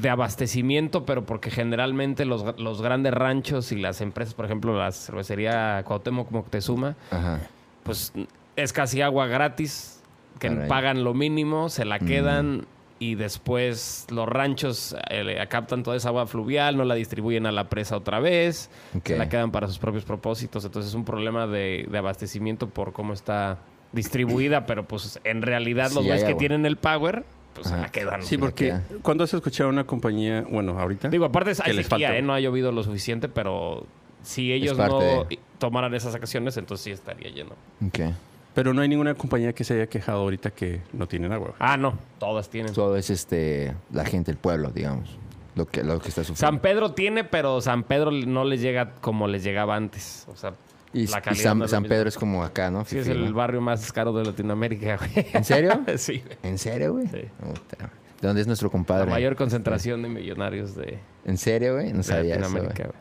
C: de abastecimiento, pero porque generalmente los, los grandes ranchos y las empresas, por ejemplo, la cervecería Cuauhtémoc Moctezuma,
D: Ajá.
C: pues es casi agua gratis, que
D: Caray. Mm.
C: pagan lo mínimo, se la quedan y después los ranchos eh, le- captan toda esa agua fluvial, no la distribuyen a la presa otra vez,
D: Ok.
C: se la quedan para sus propios propósitos. Entonces es un problema de, de abastecimiento por cómo está distribuida, pero pues en realidad
D: Sí,
C: los
D: hay
C: güeyes que
D: agua.
C: tienen el power pues se la quedan.
B: Sí, porque cuando has escuchado una compañía, bueno, ahorita,
C: Digo, aparte es- hay
B: Que les
C: sequía,
B: falta.
C: ¿eh? No ha llovido lo suficiente, pero si ellos
D: parte
C: no
D: de-
C: tomaran esas acciones, entonces sí estaría lleno.
D: Ok.
B: pero no hay ninguna compañía que se haya quejado ahorita que no tienen agua.
C: Ah, no, todas tienen.
D: Todo es este, la gente, el pueblo, digamos. Lo que, lo que está
C: San
D: sufriendo.
C: Pedro tiene, pero San Pedro no les llega como les llegaba antes. O sea,
D: y y
C: la calidad
D: San,
C: no es la
D: San
C: misma.
D: Pedro es como acá, ¿no?
C: Sí, es
D: Fifi,
C: el
D: ¿no?
C: barrio más caro de Latinoamérica, güey.
D: ¿En serio?
C: sí, güey.
D: ¿En serio, güey?
C: Sí.
D: Puta. ¿De dónde es nuestro
C: La
D: compadre?
C: mayor concentración de millonarios de, de
D: ¿En serio, güey? No Pues sabía eso, güey.
C: Latinoamérica, güey.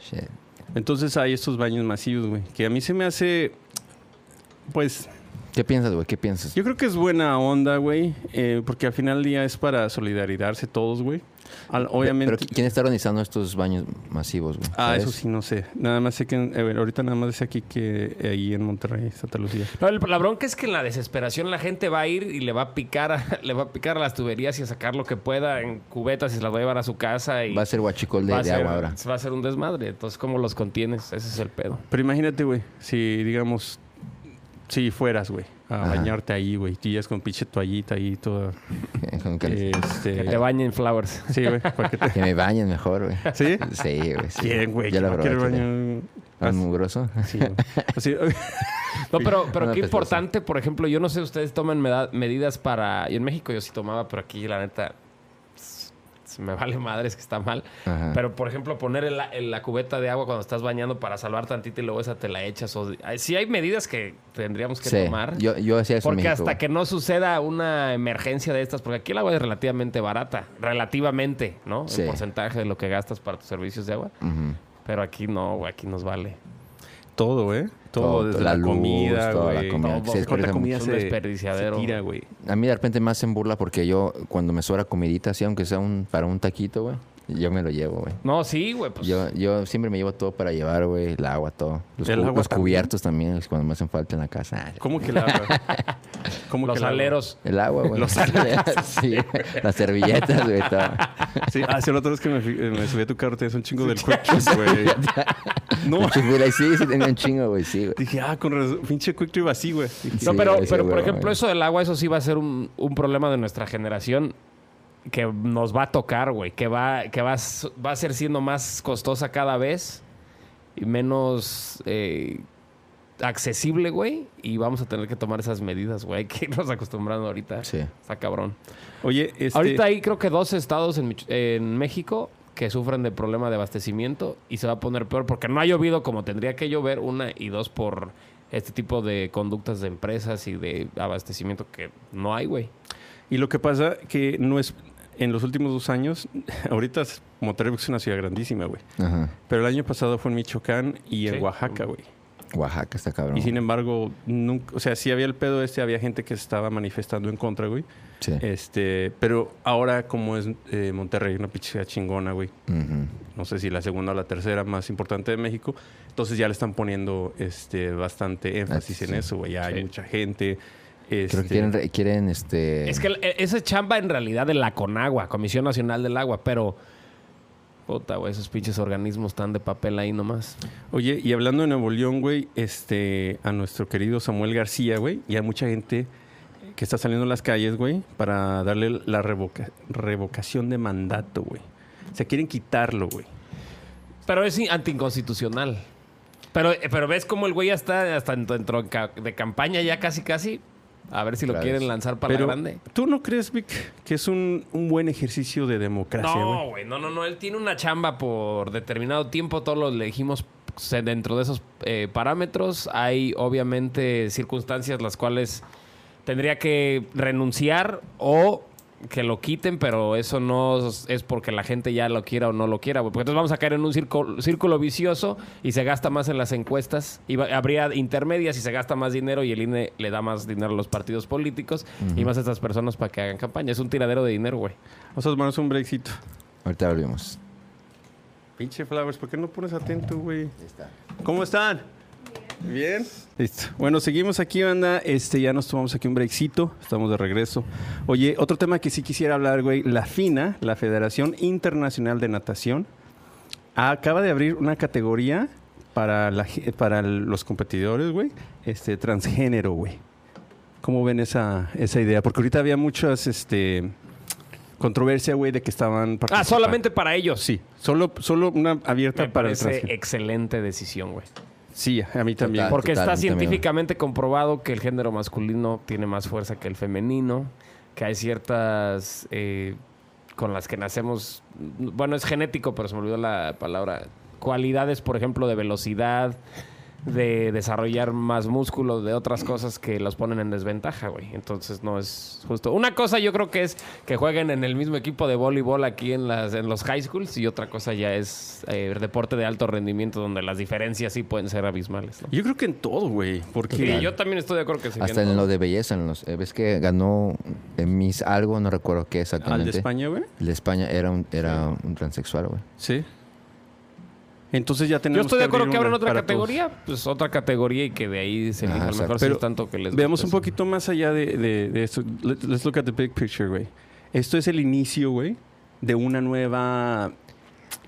C: Sí.
D: Shit.
B: Entonces hay estos baños masivos, güey, que a mí se me hace, pues,
D: ¿Qué piensas, güey? ¿Qué piensas?
B: Yo creo que es buena onda, güey, eh, porque al final del día es para solidarizarse todos, güey. Al- Obviamente.
D: Pero ¿qui- ¿quién está organizando estos baños masivos, güey?
B: ah,
D: ¿Sabes?
B: eso sí, no sé. Nada más sé que. en- eh, bueno, ahorita nada más sé aquí que eh, ahí en Monterrey, Santa Lucía.
C: No, el- la bronca es que en la desesperación la gente va a ir y le va a picar, a- le va a picar a las tuberías y a sacar lo que pueda en cubetas y se las va a llevar a su casa y
D: Va a ser guachicol de,
C: va a
D: de
C: ser-
D: agua ahora.
C: Va a ser un desmadre. Entonces, ¿cómo los contienes? Ese es el pedo.
B: Pero imagínate, güey, si, digamos, si fueras, güey, a
D: Ajá.
B: bañarte ahí, güey, tú llegas con pinche toallita ahí toda.
D: Con que,
C: Que te
B: Este,
C: bañen flowers.
B: sí, güey, para que te.
D: que me bañen mejor, güey.
B: ¿Sí?
D: Sí, güey. sí.
B: Bien, güey.
D: Ya
B: que
D: lo
B: no quiere
D: aprovecho. güey.
B: baño-
D: ¿Tan mugroso?
B: Sí, güey. Así,
C: No, pero, pero
D: Una
C: qué
D: testosterona.
C: importante, por ejemplo, yo no sé, ustedes toman meda- medidas para. Yo en México yo sí tomaba, pero aquí la neta. s- se Me vale madres que está mal.
D: Ajá.
C: Pero, por ejemplo, poner en la, en la cubeta de agua cuando estás bañando para salvar tantito y luego esa te la echas. O, ay, sí hay medidas que tendríamos que
D: Sí.
C: tomar.
D: Yo, yo hacía eso en
C: porque
D: México,
C: hasta
D: güey.
C: que no suceda una emergencia de estas, porque aquí el agua es relativamente barata, relativamente, ¿no?
D: Sí.
C: El porcentaje de lo que gastas para tus servicios de agua.
D: Ujú.
C: Pero aquí no, güey, aquí nos vale.
B: todo, güey. Todo,
D: Todo,
B: desde
D: la
B: la,
D: luz,
B: comida,
D: toda la
B: güey.
D: comida, que se
B: ¿Cuánta
D: desperdicia
B: comida
C: mucho.
B: se,
C: Un desperdiciadero.
B: se tira, güey?
D: A mí de repente más en burla porque yo cuando me sobra comidita, así aunque sea un, para un taquito, güey, yo me lo llevo, güey.
C: No, sí, güey, pues.
D: Yo, yo siempre me llevo todo para llevar, güey, el agua, todo. Los,
B: ¿El
D: cu-
B: agua
D: los
B: también?
D: cubiertos también, los cuando me hacen falta en la casa. Ah,
B: ¿Cómo que la agua? ¿Cómo
C: los
B: que la agua?
C: aleros.
D: El agua, güey.
B: Los-
D: sí, las servilletas, güey, todo.
B: Sí, hace la otra vez que me, fui- eh, me subí a tu carro, tenías un chingo del Quick Trip, güey. No,
D: Chingura, y sí, sí tenía un chingo, güey, sí, güey.
B: dije, ah, con razón, pinche Quick Trip así, güey. Dije,
D: Sí,
C: No, pero,
D: ese
C: pero por
D: huevo,
C: ejemplo,
D: güey.
C: eso del agua, eso sí va a ser un, un problema de nuestra generación que nos va a tocar, güey. Que va, que va, a s- va a ser siendo más costosa cada vez y menos eh, accesible, güey. Y vamos a tener que tomar esas medidas, güey. Hay que irnos acostumbrando ahorita.
D: Sí.
C: Está cabrón.
B: Oye, este...
C: Ahorita hay creo que dos estados en, Mich- en México que sufren de problema de abastecimiento y se va a poner peor porque no ha llovido como tendría que llover, una y dos por este tipo de conductas de empresas y de abastecimiento que no hay, güey.
B: Y lo que pasa que no es... En los últimos dos años, ahorita es- Monterrey es una ciudad grandísima, güey.
D: Ajá.
B: Pero el año pasado fue en Michoacán y en
C: Sí.
B: Oaxaca, güey.
D: Oaxaca está cabrón.
B: Y sin embargo, nunca, o sea, sí había el pedo este, había gente que se estaba manifestando en contra, güey.
D: sí.
B: Este, pero ahora como es eh, Monterrey, una pinche ciudad chingona, güey.
D: Ujú.
B: No sé si la segunda o la tercera más importante de México. Entonces ya le están poniendo este bastante énfasis
D: Ah, sí.
B: en eso, güey. Ya
C: Sí.
B: hay mucha gente.
D: Creo
B: este,
D: que quieren, re- quieren este...
C: Es que el- e- esa chamba en realidad de la Conagua, Comisión Nacional del Agua, pero... Puta, güey, esos pinches organismos están de papel ahí nomás.
B: Oye, y hablando de Nuevo León, güey, este, a nuestro querido Samuel García, güey, y a mucha gente que está saliendo a las calles, güey, para darle la revoca- revocación de mandato, güey. O sea, quieren quitarlo, güey.
C: Pero es anticonstitucional. Pero, eh, pero ves cómo el güey ya está hasta en- dentro en ca- de campaña ya casi casi. A ver si lo
D: Otra
C: quieren
D: vez.
C: lanzar para la
B: Pero,
C: grande.
B: ¿tú no crees, Vic, que es un, un buen ejercicio de democracia, güey?
C: No, güey, no, no, no. Él tiene una chamba por determinado tiempo. Todos los le dijimos se- dentro de esos eh, parámetros. Hay obviamente circunstancias las cuales tendría que renunciar o que lo quiten, pero eso no es porque la gente ya lo quiera o no lo quiera, güey. Porque entonces vamos a caer en un circo- círculo vicioso y se gasta más en las encuestas. Y va- habría intermedias y se gasta más dinero y el INE le da más dinero a los partidos políticos y más a estas personas para que hagan campaña. Es un tiradero de dinero, güey.
B: Vamos a tomarnos un brexito.
D: Ahorita volvemos.
B: Pinche Flowers, ¿por qué no pones atento, güey? ¿Cómo están? Bien. Listo. Bueno, seguimos aquí, banda. Este, ya nos tomamos aquí un breakcito. Estamos de regreso. Oye, otro tema que sí quisiera hablar, güey. La FINA, la Federación Internacional de Natación, acaba de abrir una categoría para, la, ge- para los competidores, güey. Este, transgénero, güey. ¿Cómo ven esa, esa idea? Porque ahorita había muchas este, controversia, güey, de que estaban
C: Ah,
B: participando.
C: solamente para ellos.
B: Sí, solo, solo una abierta
C: Me
B: para el
C: parece
B: transgénero.
C: excelente decisión, güey.
B: Sí, a mí también.
D: Ah, Total.
C: Porque está
D: totalmente, amigo.
C: científicamente comprobado que el género masculino tiene más fuerza que el femenino, que hay ciertas eh, con las que nacemos, bueno, es genético, pero se me olvidó la palabra, cualidades, por ejemplo, de velocidad, de desarrollar más músculo, de otras cosas que los ponen en desventaja, güey. Entonces no es justo. Una cosa yo creo que es que jueguen en el mismo equipo de voleibol aquí en, las, en los high schools y otra cosa ya es eh, deporte de alto rendimiento donde las diferencias sí pueden ser abismales, ¿no?
B: Yo creo que en todo, güey.
C: Sí,
B: Porque
C: yo también estoy de acuerdo que sí.
D: Hasta en lo de belleza. En los, eh, ¿Ves que ganó en Miss algo? No recuerdo qué exactamente.
B: al de España, güey.
D: El de España era un, era un transexual, güey.
B: Sí. Entonces ya tenemos
C: Yo estoy de acuerdo
B: abrir
C: que
B: una
C: abran otra
B: para todos.
C: categoría, pues otra categoría y que de ahí se
D: Ajá,
C: elija el
D: exacto.
C: mejor si
B: Pero
C: es tanto que les
B: Veamos
C: guste
B: un
C: eso.
B: poquito más allá de, de- de esto. Let- Let's look at the big picture, güey. Esto es el inicio, güey, de una nueva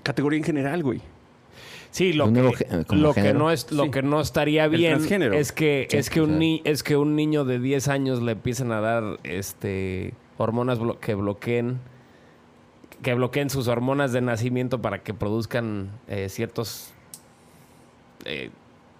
B: categoría en general, güey.
C: Sí, lo
D: Un
C: que,
D: nuevo gé- como
C: lo que
D: género.
C: no es lo
B: Sí.
C: que no estaría bien
B: transgénero.
C: es que
D: Sí,
C: es que
D: claro.
C: un ni- es que un niño de 10 años le empiecen a dar este hormonas blo- que bloqueen que bloqueen sus hormonas de nacimiento para que produzcan eh, ciertos eh,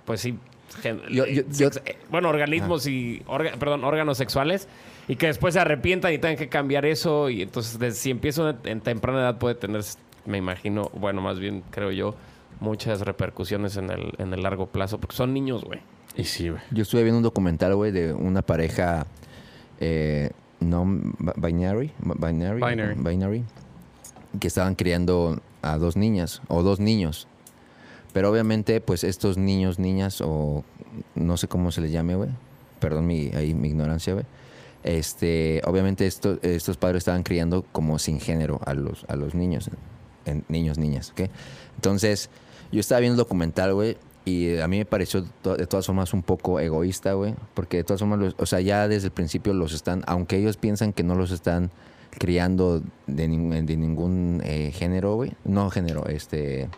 C: pues sí gen-
D: Yo- yo- yo- Ah.
C: sex- eh, bueno, organismos y orga- perdón, órganos sexuales y que después se arrepientan y tengan que cambiar eso y entonces de- si empieza en temprana edad puede tener, me imagino, bueno, más bien creo yo, muchas repercusiones en el, en el largo plazo porque son niños, güey.
B: Y sí, güey.
D: Yo estuve viendo un documental, güey, de una pareja eh, no bi- binary, bi- binary,
B: Binary.
D: binary, que estaban criando a dos niñas o dos niños. Pero obviamente, pues estos niños, niñas o no sé cómo se les llame, güey. Perdón mi, ahí mi ignorancia, güey. Este, obviamente esto- estos padres estaban criando como sin género a los, a los niños. en- niños, niñas, ¿ok? Entonces, yo estaba viendo el documental, güey, y a mí me pareció to- de todas formas un poco egoísta, güey, porque de todas formas, los- o sea, ya desde el principio los están, aunque ellos piensan que no los están criando de, nin- de ningún eh, género, güey, no género, este...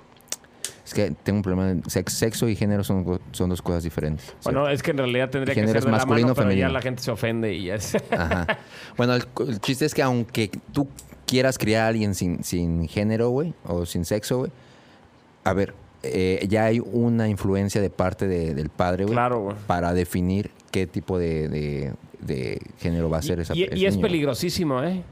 D: Es que tengo un problema. sex- Sexo y género son, co- son dos cosas diferentes.
C: Bueno, es que en realidad tendría que
D: Género
C: ser
D: es
C: de la
D: masculino
C: mano,
D: o
C: pero ya
D: femenino.
C: la gente se ofende y ya es.
D: Ajá. Bueno, el, cu- el chiste es que aunque tú quieras criar a alguien sin, sin género, güey, o sin sexo, güey, a ver, eh, ya hay una influencia de parte de- del padre, güey,
C: claro, güey.
D: para definir qué tipo de, de- de género va a ser esa
C: Y, y-
D: ese
C: y es
D: niño.
C: peligrosísimo, ¿eh?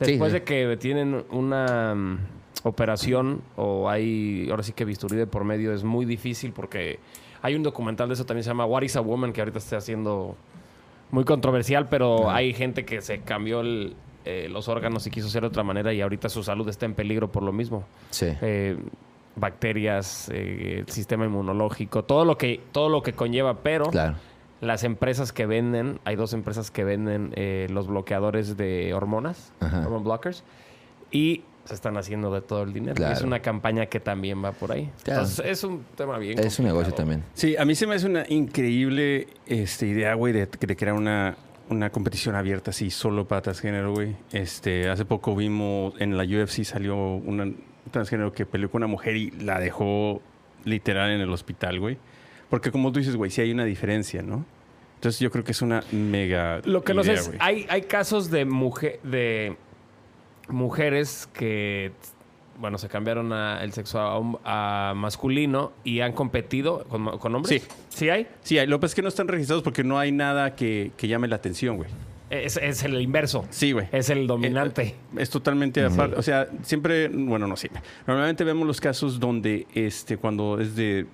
D: Sí,
C: Después
D: sí.
C: de que tienen una mm, operación o hay, ahora sí que bisturí de por medio, es muy difícil porque hay un documental de eso también se llama What is a Woman que ahorita está haciendo muy controversial, pero hay gente que se cambió el, eh, los órganos y quiso ser de otra manera y ahorita su salud está en peligro por lo mismo
D: Sí.
C: eh, bacterias, eh, el sistema inmunológico, todo lo que todo lo que conlleva, pero
D: Claro.
C: las empresas que venden, hay dos empresas que venden eh, los bloqueadores de hormonas,
D: Ajá.
C: hormone blockers, y se están haciendo de todo el dinero.
D: Claro.
C: Es una campaña que también va por ahí.
D: Claro.
C: Entonces, es un tema bien.
D: Es un
C: complicado.
D: negocio también.
B: Sí, a mí se me hace una increíble este, idea, güey, de, de crear una, una competición abierta así solo para transgénero, güey. Este, hace poco vimos en la UFC salió una- un transgénero que peleó con una mujer y la dejó literal en el hospital, güey. Porque como tú dices, güey, sí hay una diferencia, ¿no? Entonces yo creo que es una mega
C: Lo que no sé
B: idea,
C: es,
B: güey.
C: hay, hay casos de, muje- de mujeres que, bueno, se cambiaron a- el sexo a, hom- a masculino y han competido con, ma- con hombres.
B: Sí.
C: ¿Sí hay?
B: Sí, hay- lo que pasa es que no están registrados porque no hay nada que, que llame la atención, güey.
C: Es, es el inverso.
B: Sí, güey.
C: Es el dominante.
B: Eh, eh, Es totalmente aparte. O sea, siempre, bueno, no siempre. Normalmente vemos los casos donde, este, cuando es de,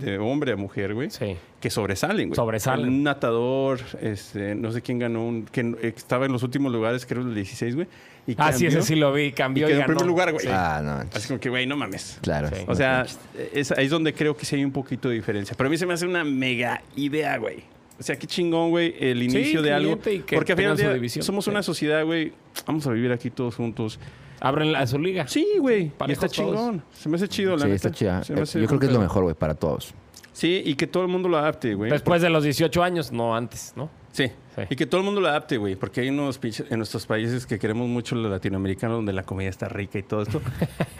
B: de hombre a mujer, güey,
C: sí.
B: que sobresalen, güey.
C: Sobresalen.
B: Un natador, este, no sé quién ganó, un, que eh, estaba en los últimos lugares, creo, el 16, güey. Y
C: Ah, sí,
B: cambió,
C: ese sí lo vi.
B: Y
C: Cambió y,
B: quedó en
C: ganó.
B: primer lugar, güey.
D: Ah, no.
B: Así como que, güey, no mames.
D: Claro.
C: Sí.
B: O sea, es, ahí es donde creo que sí hay un poquito de diferencia. Pero a mí se me hace una mega idea, güey. O sea, qué chingón, güey, el inicio de algo.
C: incluyente y que
B: Porque al final
C: tengan su
B: del día
C: división.
B: somos
C: Sí.
B: una sociedad, güey. Vamos a vivir aquí todos juntos.
C: Abren la, su liga.
B: Sí, güey. Y
C: Parejos
B: está chingón. Se me hace chido, la
D: Sí,
B: neta.
D: está chida.
B: Se me
D: Eh,
B: hace
D: Yo creo
B: un
D: que es lo
B: pedo.
D: mejor, güey, para todos.
B: Sí, y que todo el mundo lo adapte, güey.
C: Después de los 18 años, no antes, ¿no?
B: Sí.
C: Sí.
B: Y que todo el mundo lo adapte, güey. Porque hay unos pinches- en nuestros países que queremos mucho los latinoamericanos, donde la comida está rica y todo esto.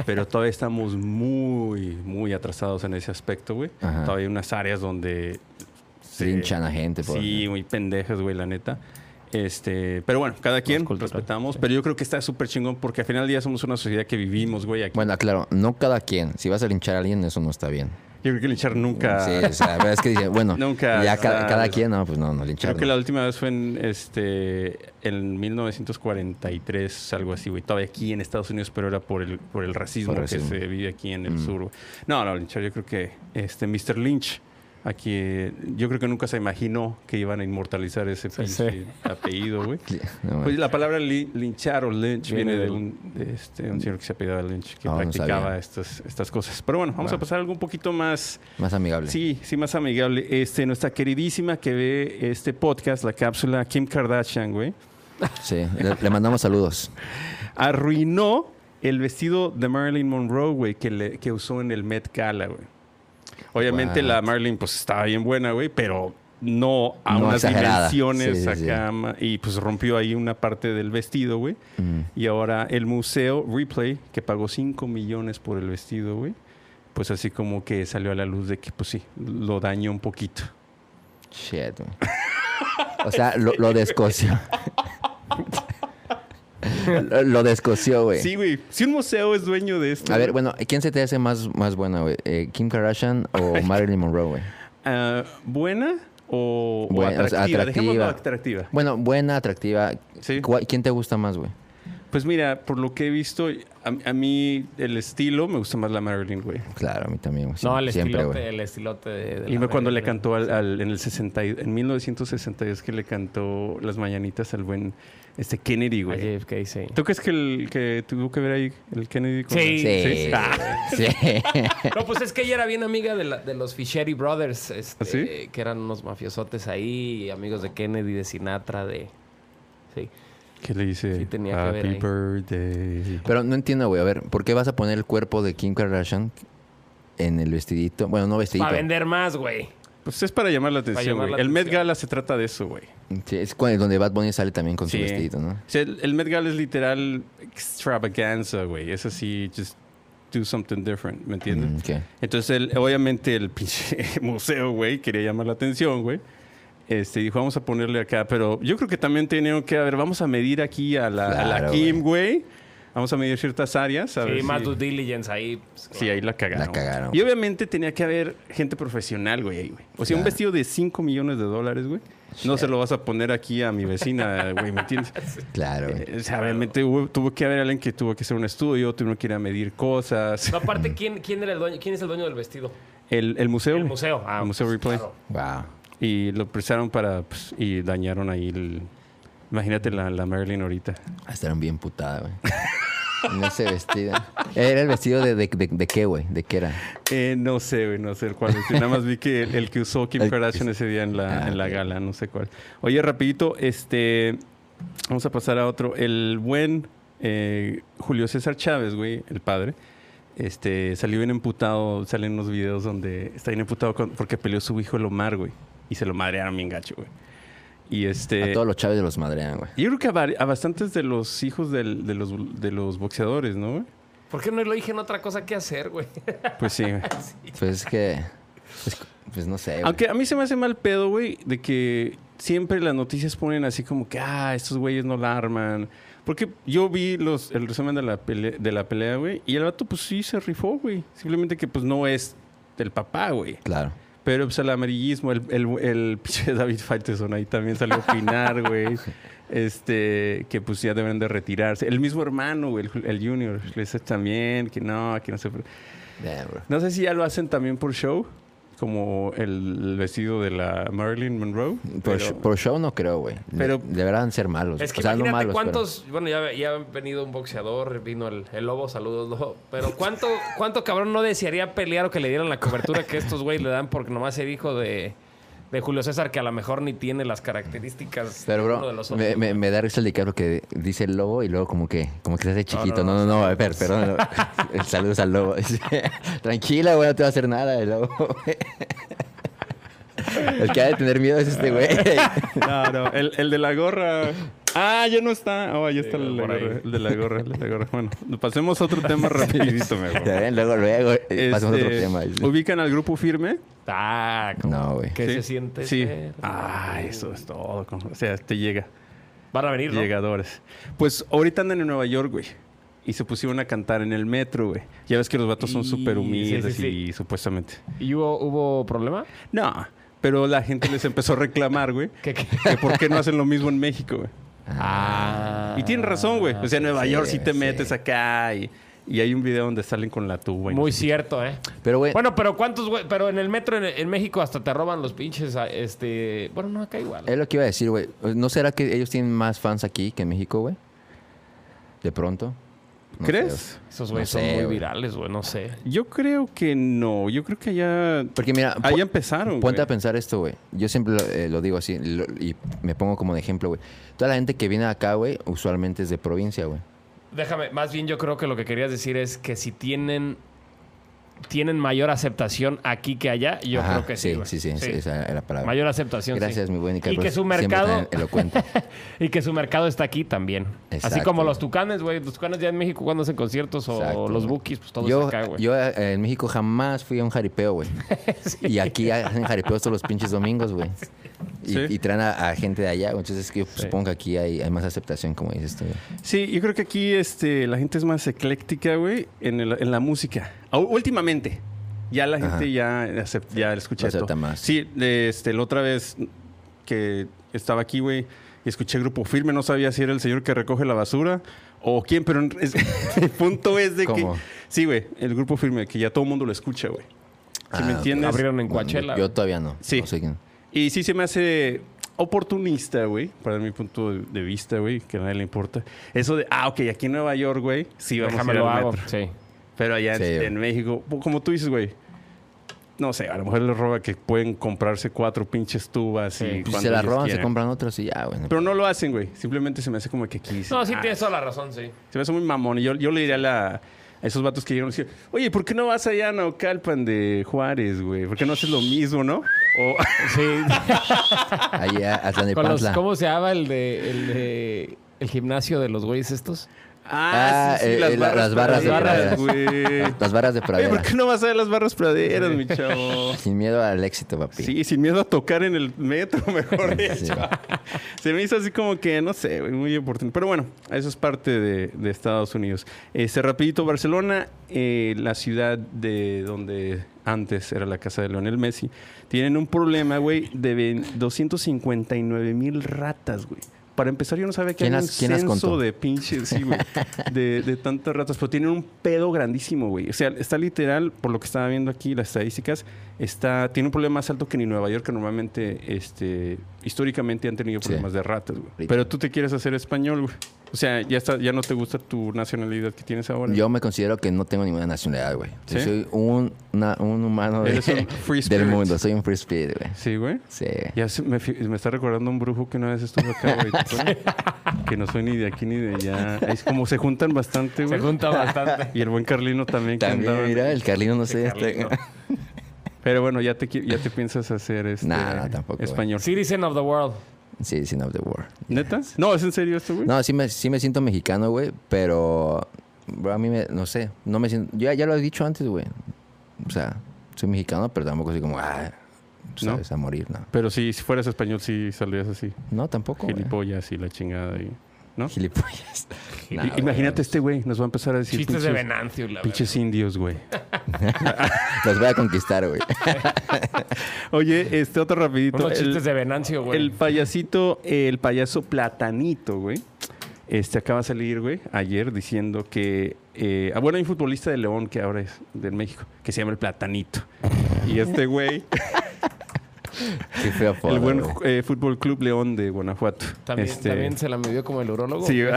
B: pero todavía estamos muy, muy atrasados en ese aspecto, güey.
D: Ajá.
B: Todavía hay unas áreas donde
D: se hinchan a gente. pues, Por
B: Sí, muy pendejas, güey, la neta. Este, pero bueno, cada quien respetamos, pero yo creo que está súper chingón porque al final del día somos una sociedad que vivimos, güey, aquí.
D: Bueno, claro, no cada quien. Si vas a linchar a alguien, eso no está bien.
B: yo creo que linchar nunca.
D: Sí, o sea, pero es que dice, bueno,
B: Nunca,
D: ya
B: o
D: cada,
B: sea,
D: cada quien, no, pues no, no linchar.
B: Creo que
D: no.
B: la última vez fue en este en 1943, algo así, güey. Todavía aquí en Estados Unidos, pero era por el, por el racismo,
D: Por racismo. Mm.
B: que se vive aquí en el sur. güey. No, no, Lynch, yo creo que este Mr. Lynch, aquí, eh, yo creo que nunca se imaginó que iban a inmortalizar ese pinche apellido, güey.
D: No,
B: Pues la palabra li- linchar o lynch viene,
C: Viene
B: de
C: del-
B: un, de este, un señor que se apellidaba Lynch, que
D: Ah, no
B: practicaba
D: sabía.
B: estas, estas cosas. Pero bueno, vamos a pasar a algo un poquito más...
D: más amigable.
B: Sí, sí, más amigable. Este, nuestra queridísima que ve este podcast, la cápsula Kim Kardashian, güey,
D: Sí, le, le mandamos saludos.
B: arruinó el vestido de Marilyn Monroe, güey, que, le- que usó en el Met Gala, güey. Obviamente
D: What?
B: la Marilyn, pues, estaba bien buena, güey, pero no a
D: No
B: unas
D: exagerada.
B: dimensiones
D: Sí, sí, sí.
B: acá. ma- Y pues rompió ahí una parte del vestido, güey.
D: Mm.
B: Y ahora el museo Replay, que pagó 5 millones por el vestido, güey, pues así como que salió a la luz de que, pues sí, lo dañó un poquito.
D: Shit. güey. O sea, lo, lo descoció. lo, lo descoció, güey.
B: Sí, güey. Si un museo es dueño de esto.
D: A ver, bueno, ¿quién se te hace más, más buena, güey? Eh, ¿Kim Kardashian o Marilyn Monroe, güey?
B: ah, ¿Buena o, o
D: Buena, o sea,
B: atractiva? Dejémoslo
D: atractiva.
B: atractiva.
D: Bueno, buena, atractiva.
B: Sí.
D: ¿Cuál- ¿Quién te gusta más, güey?
B: Pues mira, por lo que he visto, a, a mí el estilo me gusta más la Marilyn, güey.
D: Claro, a mí también, güey.
C: No, el
D: Siempre,
C: estilote,
D: güey.
C: el estilote de, de
B: Y
C: la
B: me cuando le
C: Marilyn.
B: cantó al, al- en el 60, y- en 1962 que le cantó las mañanitas al buen este Kennedy,
C: A
B: güey.
C: JFK, sí.
B: ¿Tú crees que el que tuvo que ver ahí el Kennedy con
C: Sí.
B: la-
D: Sí. Sí.
C: No, pues es que ella era bien amiga de, la- de los Fischeri Brothers, este,
B: ¿Ah, sí?
C: eh, que eran unos mafiosotes ahí, amigos de Kennedy, de Sinatra, de... Sí.
B: Que le dice
C: Sí, tenía que
B: Happy
C: ver ahí.
B: birthday.
D: Pero no entiendo, güey. A ver, ¿por qué vas a poner el cuerpo de Kim Kardashian en el vestidito? Bueno, no vestidito.
C: Para vender más, güey.
B: Pues es para llamar la atención,
C: llamar
B: güey.
C: la
B: El Met
C: atención.
B: Gala se trata de eso, güey.
D: Sí, es cuando- donde Bad Bunny sale también con
B: Sí.
D: su vestidito, ¿no?
B: O sea, el, el Met Gala es literal extravaganza, güey. Es así, just do something different, ¿me entiendes?
D: Mm, ok.
B: Entonces, el- obviamente, el pinche museo, güey, quería llamar la atención, güey. Este, dijo, vamos a ponerle acá, pero yo creo que también tenía que, a ver, vamos a medir aquí a la, a la
D: Claro,
B: Kim, güey. Vamos a medir ciertas áreas. A
C: Sí,
B: ver
C: más
B: si-
C: due diligence ahí. pues,
B: Sí, ahí la cagaron.
D: La cagaron.
B: Y obviamente tenía que haber gente profesional, güey, ahí, güey. O sea, un
D: Claro.
B: vestido de 5 millones de dólares, güey. No se lo vas a poner aquí a mi vecina, güey, ¿me entiendes?
D: Claro, güey.
B: Eh, o sea, obviamente hubo- tuvo que haber alguien que tuvo que hacer un estudio, tuvo que ir a medir cosas.
C: No, aparte, ¿quién, quién, era el dueño, ¿quién es el dueño del vestido?
B: El, el museo.
C: El
B: güey.
C: museo. Ah,
B: el museo
C: pues,
B: Replay.
C: claro.
D: Wow.
B: Y lo prestaron para. pues, y dañaron ahí el. Imagínate la, la Marilyn ahorita.
D: Estaron bien putada, güey. No ese vestido. Era el vestido de, de, de- de qué, güey. ¿De qué era?
B: Eh, no sé, güey, no sé el cuál. es. Nada más vi que el, el que usó Kim
D: El-
B: Kardashian ese día en la,
D: Ah,
B: en la gala, no sé cuál. Oye, rapidito, este. Vamos a pasar a otro. El buen eh, Julio César Chávez, güey, el padre. Este, salió bien emputado, salen unos videos donde está bien emputado con- porque peleó su hijo el Omar, güey. Y se lo madrearon bien gacho, güey. Y este...
D: A todos los chaves los madrean, güey.
B: Yo creo que a, vari- a bastantes de los hijos del- de, los, de los boxeadores, ¿no? güey?
C: ¿Por qué no le dije en otra cosa que hacer, güey?
B: Pues sí. güey.
D: Pues es que. Pues, pues no sé, güey.
B: Aunque a mí se me hace mal pedo, güey, de que siempre las noticias ponen así como que, ah, estos güeyes no la arman. Porque yo vi los, el resumen de la, pele- de la pelea, güey, y el vato pues sí se rifó, güey. Simplemente que pues no es del papá, güey.
D: Claro.
B: Pero pues el amarillismo, el, el, el pinche David Faitelson ahí también salió a opinar, güey. Este, que pues ya deben de retirarse. El mismo hermano, güey, el, el Junior, le dice también que no, que no se... pre-
D: Damn, bro.
B: No sé si ya lo hacen también por show, como el vestido de la Marilyn Monroe.
D: Por,
B: pero-
D: sh- por show no creo, güey.
B: Pero-
D: Pero, Deberán ser malos.
C: Es que
D: Pues, o sea,
C: imagínate
D: no malos,
C: cuántos... Bueno, ya, ya han venido un boxeador, vino el, el lobo, saludos, lobo. Pero ¿cuánto, ¿cuánto cabrón no desearía pelear o que le dieran la cobertura que estos güeyes le dan porque nomás ser hijo de, de Julio César, que a lo mejor ni tiene las características
D: Pero,
C: de
D: Pero,
C: uno de
D: bro,
C: los otros,
D: me, me,
C: güey?
D: me da risa el dicabro que dice el lobo y luego como que, como que se hace chiquito. No, no, no, a ver, perdón. El saludos al lobo. Tranquila, güey, no te va a hacer nada el lobo, güey. El que ha de tener miedo es este güey.
B: No, no, el, el de la gorra. Ah, ya no está. Ah, ya está el, de la
C: por ahí.
B: gorra, el de la gorra, el de la gorra. Bueno, pasemos a otro tema rapidito, mejor.
D: Ya ven, Luego, luego, eh, pasamos a otro
B: Este,
D: tema.
B: ¿Ubican al grupo firme?
C: Ah, ¿cómo?
D: No, güey.
C: ¿Qué se siente?
B: Sí.
C: ser?
B: Ah, eso es todo. con- O sea, te llega.
C: Van a venir, ¿no?
B: Llegadores. Pues ahorita andan en Nueva York, güey. Y se pusieron a cantar en el metro, güey. Ya ves que los vatos son
C: Y-
B: súper humildes
C: sí, sí, sí.
B: y supuestamente.
C: ¿Y hubo, hubo problema?
B: No, pero la gente les empezó a reclamar, güey.
C: ¿Qué, qué?
B: Que por qué no hacen lo mismo en México, güey.
C: Ah.
B: Y tienen razón, güey. O sea, en Nueva
D: sí,
B: York sí te
D: sí.
B: metes acá y, y hay un video donde salen con la tuba. y no
C: Muy
B: sé
C: cierto, ¿eh?
D: Pero, güey,
C: Bueno, pero ¿cuántos, güey? Pero en el metro en, en México hasta te roban los pinches, ah, este... Bueno, no, acá igual.
D: es lo que iba a decir, güey. ¿No será que ellos tienen más fans aquí que en México, güey? De pronto.
B: qué.
D: No sé.
B: ¿Crees?
C: Esos güeyes
D: No sé,
C: son muy
D: güey.
C: virales, güey, no sé.
B: Yo creo que no. Yo creo que allá.
D: Porque mira,
B: Ahí
D: pon-
B: empezaron,
D: Ponte
B: güey.
D: a pensar esto, güey. Yo siempre lo, eh, lo digo así lo- y me pongo como de ejemplo, güey. Toda la gente que viene acá, güey, usualmente es de provincia, güey.
C: Déjame, más bien yo creo que lo que querías decir es que si tienen... Tienen mayor aceptación aquí que allá, yo
D: Ajá,
C: creo que sí. güey.
D: Sí, sí, sí, esa era la palabra.
C: Mayor aceptación. sí.
D: Gracias, mi buen
C: Y
D: Carlos,
C: que su
D: siempre
C: mercado.
D: tan elocuente.
C: y que su mercado está aquí también. Así
D: Exacto,
C: como los
D: güey.
C: tucanes, güey. Los tucanes ya en México cuando hacen conciertos o
D: Exacto,
C: los
D: güey.
C: bookies, pues todo
D: yo,
C: está acá, güey.
D: Yo eh, en México jamás fui a un jaripeo, güey. Y aquí hacen jaripeos todos los pinches domingos, güey. Y,
B: Sí.
D: y traen a, a gente de allá, güey. Entonces, es que yo pues, supongo que aquí hay, hay más aceptación, como dices tú. güey.
B: Sí, yo creo que aquí este, la gente es más ecléctica, güey, en, el- en la música. Au- últimamente. Ya la gente ya acep- ya escucha
D: Lo acepta
B: esto.
D: más.
B: Sí, de- este, la otra vez que estaba aquí, güey, y escuché Grupo Firme, no sabía si era el señor que recoge la basura o quién, pero en- es- el punto es de
D: ¿Cómo?
B: que... Sí, güey, el Grupo Firme, que ya todo el mundo lo escucha, güey. ¿Sí me
D: Ah,
B: entiendes?
C: Abrieron en
D: No,
C: Coachella.
D: Yo, yo todavía no.
B: Sí.
D: No sé quién.
B: Y sí se me hace oportunista, güey, para mi punto de- de vista, güey, que a nadie le importa. Eso de, ah, ok, aquí en Nueva York, güey, sí vamos
C: Déjame
B: a ir
C: lo
B: al
C: hago.
B: metro.
C: Sí.
B: Pero allá en,
D: Sí, güey.
B: en México, po- como tú dices, güey, no sé, a lo mejor les roba que pueden comprarse cuatro pinches tubas
C: Sí.
B: y
D: Pues,
B: cuando
D: si se la
B: ellos
D: roban, se
B: quieran.
D: compran otros y ya, güey. no
B: Pero no lo hacen, güey. Simplemente se me hace como que aquí... dicen,
C: No, sí
B: "Ah,
C: tienes toda la razón, sí.
B: Se me hace muy mamón. Y yo, yo le diría a, la- a esos vatos que llegaron y decían, oye, ¿por qué no vas allá a Naucalpan de Juárez, güey? ¿Por qué no haces lo mismo, no? O...
C: Sí.
D: Ahí a
C: Con los-
D: Tlanepantla.
C: ¿Cómo se llama el de, el de- el gimnasio de los güeyes estos?
D: Ah, eh, eh, la- las barras
C: de
B: praderas,
D: praderas.
B: güey.
D: Las varas de
B: Oye, ¿por
D: pradera.
B: qué no vas a ver las barras praderas, mi chavo?
D: Sin miedo al éxito, papi.
B: Sí, sin miedo a tocar en el metro, mejor
D: Sí.
B: dicho. Se me hizo así como que, no sé, güey, muy importante. Pero bueno, eso es parte de, de Estados Unidos. Este, rapidito, Barcelona, eh, la ciudad de donde antes era la casa de Lionel Messi, tienen un problema, güey, de ve- 259 mil ratas, güey. Para empezar, yo no sabía que
D: ¿Quién
B: había
D: las-
B: un
D: quién las
B: censo
D: contó?
B: de pinches, sí, güey, de, de tantas ratas. Pero tienen un pedo grandísimo, güey. O sea, está literal, por lo que estaba viendo aquí, las estadísticas, está, tiene un problema más alto que ni Nueva York, que normalmente, este, históricamente han tenido
D: Sí.
B: problemas de ratas, güey.
D: Rico.
B: Pero tú te quieres hacer español, güey. O sea, ya, está, ya no te gusta tu nacionalidad que tienes ahora.
D: Yo me considero que no tengo ninguna nacionalidad, güey. Yo
B: ¿Sí?
D: soy un, una- un humano de-
B: Eres un free spirit.
D: del mundo. Soy un free spirit, güey.
B: Sí, güey.
D: Sí.
B: Ya se- me, fi- me está recordando un brujo que una vez estuvo acá, güey. que no soy ni de aquí ni de allá. Es como se juntan bastante,
C: Se
B: güey.
C: junta bastante.
B: Y el buen Carlino también. que
D: También,
B: andaba-
D: mira, el Carlino no sé. este,
B: Pero bueno, ya te, qui- ya te piensas hacer este
D: Nah, no, tampoco, eh. güey.
B: español.
C: Citizen of the World.
D: Sí, sin of the war.
B: ¿Neta? No, ¿es en serio esto, güey?
D: No, sí me, sí me siento mexicano, güey, pero bro, a mí me, no sé, no me siento, yo ya, ya lo he dicho antes, güey. O sea, soy mexicano, pero tampoco soy como, ah, tú
B: ¿No?
D: sabes, a morir, no.
B: Pero sí, si fueras español, sí saldrías así.
D: No, tampoco. güey.
B: Gilipollas y la chingada. y- ¿No?
D: Gilipollas. Nah,
B: I-
D: güey.
B: Imagínate este güey, nos va a empezar a decir
C: Chistes de
B: pinches-
C: Venancio, la
B: pinches indios, güey.
D: Los voy a conquistar, güey.
B: Oye, este otro rapidito.
C: verdad. Unos
B: el-
C: chistes de Venancio, güey.
B: El payasito, el payaso platanito, güey. Este acaba de salir, güey, ayer diciendo que. eh, ah, bueno, hay un futbolista de León que ahora es del México, que se llama el Platanito. Y este güey,
D: Qué feo apodo,
B: el buen
D: güey.
B: eh, Fútbol Club León de Guanajuato.
C: También,
B: Este,
C: también se la midió como el urólogo.
B: sí, va.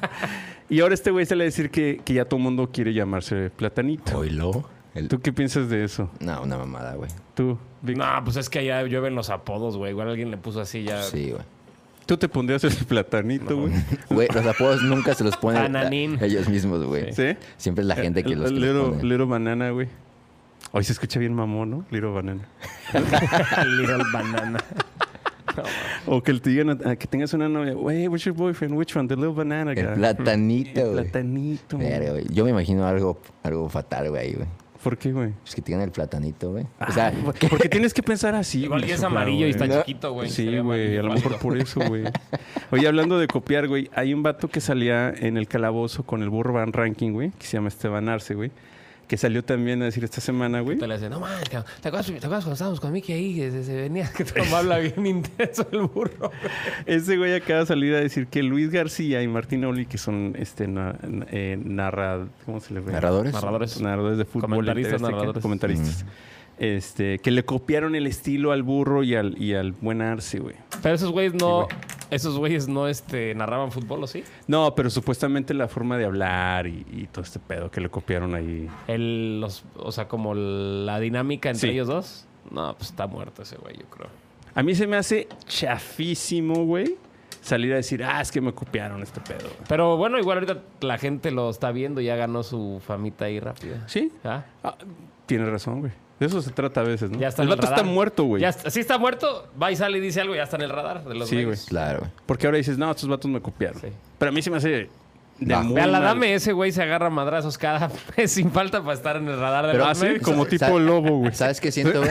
B: y ahora este güey sale a decir que, que ya todo el mundo quiere llamarse Platanito.
D: Oilo. El-
B: ¿Tú qué piensas de eso?
D: No, una mamada, güey.
B: Tú, Vic,
C: No, pues es que allá llueven los apodos, güey. Igual alguien le puso así ya.
B: Ah.
D: Sí, güey.
B: ¿tú te pondrías el Platanito, güey?
D: Güey, los apodos nunca se los ponen la-
C: Ananín.
D: ellos mismos, güey.
B: ¿Sí?
D: Siempre es la gente que los, que los
B: Lero,
D: pone.
B: Lero Banana, güey. Hoy se escucha bien mamón, ¿no? Lero Banana.
C: Little banana.
B: o que te digan, a- ah, que tengas una novia, wey, what's your boyfriend? Which one? The little banana guy.
D: El platanito,
B: El
D: güey.
B: platanito.
D: Verga, güey. Yo me imagino algo, algo fatal, güey, ahí, güey.
B: ¿Por qué, güey?
D: Pues que tengan el platanito, güey. O sea,
B: Porque tienes que pensar así?
C: Igual
B: güey?
C: que es
B: Claro,
C: amarillo
B: güey.
C: y está
D: No.
C: chiquito, güey.
B: Sí,
C: Sería
B: güey, a lo
C: amarillo.
B: mejor por eso, güey. Oye, hablando de copiar, güey, hay un vato que salía en el calabozo con el burro Van Ranking, güey, que se llama Esteban Arce, güey, que salió también a decir esta semana, güey.
C: Te le hacen, no mames, cabrón, ¿te acuerdas, ¿te acuerdas cuando estábamos con Mickey ahí? Que se, se venía, que todo habla bien intenso el burro.
B: Ese güey acaba de salir a decir que Luis García y Martín Oli, que son este na- na- eh, narra- ¿cómo se les ve?
D: narradores.
C: Narradores.
B: Narradores de fútbol.
C: Comentaristas,
B: de TV Azteca,
C: narradores.
B: Comentaristas. Este, que le copiaron el estilo al burro y al, y al buen Arce, güey.
C: Pero esos güeyes no,
B: Sí,
C: esos güeyes no este, narraban fútbol, ¿o sí?
B: No, pero supuestamente la forma de hablar y, y todo este pedo que le copiaron ahí.
C: El, los, o sea, como la dinámica entre
B: Sí.
C: ellos dos. No, pues está muerto ese güey, yo creo.
B: A mí se me hace chafísimo, güey, salir a decir, ah, es que me copiaron este pedo. güey.
C: Pero bueno, igual ahorita la gente lo está viendo, ya ganó su famita ahí rápida.
B: Sí,
C: ¿Ah?
B: ah, tienes razón, güey. De eso se trata a veces, ¿no?
C: Ya está
B: el
C: en el
B: vato está
C: radar.
B: muerto, güey.
C: Ya está- sí está muerto, va y sale y dice algo, ya está en el radar de los
B: Sí,
C: medios.
D: Claro, güey.
B: Porque ahora dices, no, estos vatos me copiaron.
C: Sí.
B: Pero a mí se me hace de
D: Bajo.
B: muy
C: Ve a la
B: mal.
C: dame, ese güey se agarra madrazos cada vez sin falta para estar en el radar de
B: Pero
C: los
B: así,
C: medios.
B: como
D: Sa-
B: tipo
D: sa-
B: lobo, güey.
D: ¿Sabes qué siento, güey?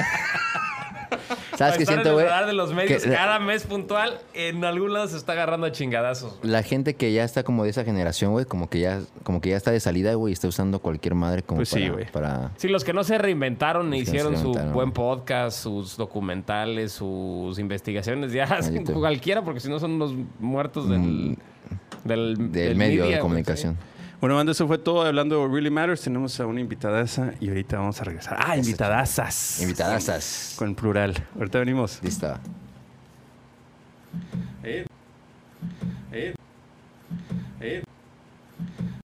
C: Para
D: ¿Sabes qué
C: estar en
D: siento,
C: el
D: güey?
C: radar de los medios
D: Que la-
C: cada mes puntual, en algún lado se está agarrando a chingadazos. güey.
D: La gente que ya está como de esa generación, güey, como que ya, como que ya está de salida, güey, y está usando cualquier madre como
B: Pues sí,
D: para,
B: güey.
D: para-
C: Sí, los que no se reinventaron e
D: Los que no se
C: hicieron su
D: reinventaron.
C: buen podcast, sus documentales, sus investigaciones, ya hacen
D: YouTube.
C: cualquiera, porque si no son los muertos del, del,
D: Mm. del,
C: del
D: medio
C: media,
D: de
C: güey,
D: comunicación.
B: Bueno, banda, eso fue todo. Hablando de Really Matters, tenemos a una invitadaza y ahorita vamos a regresar. Ah, invitadazas.
D: Invitadasas.
B: Con plural. Ahorita venimos.
D: Lista.
B: Eh. Eh. Eh.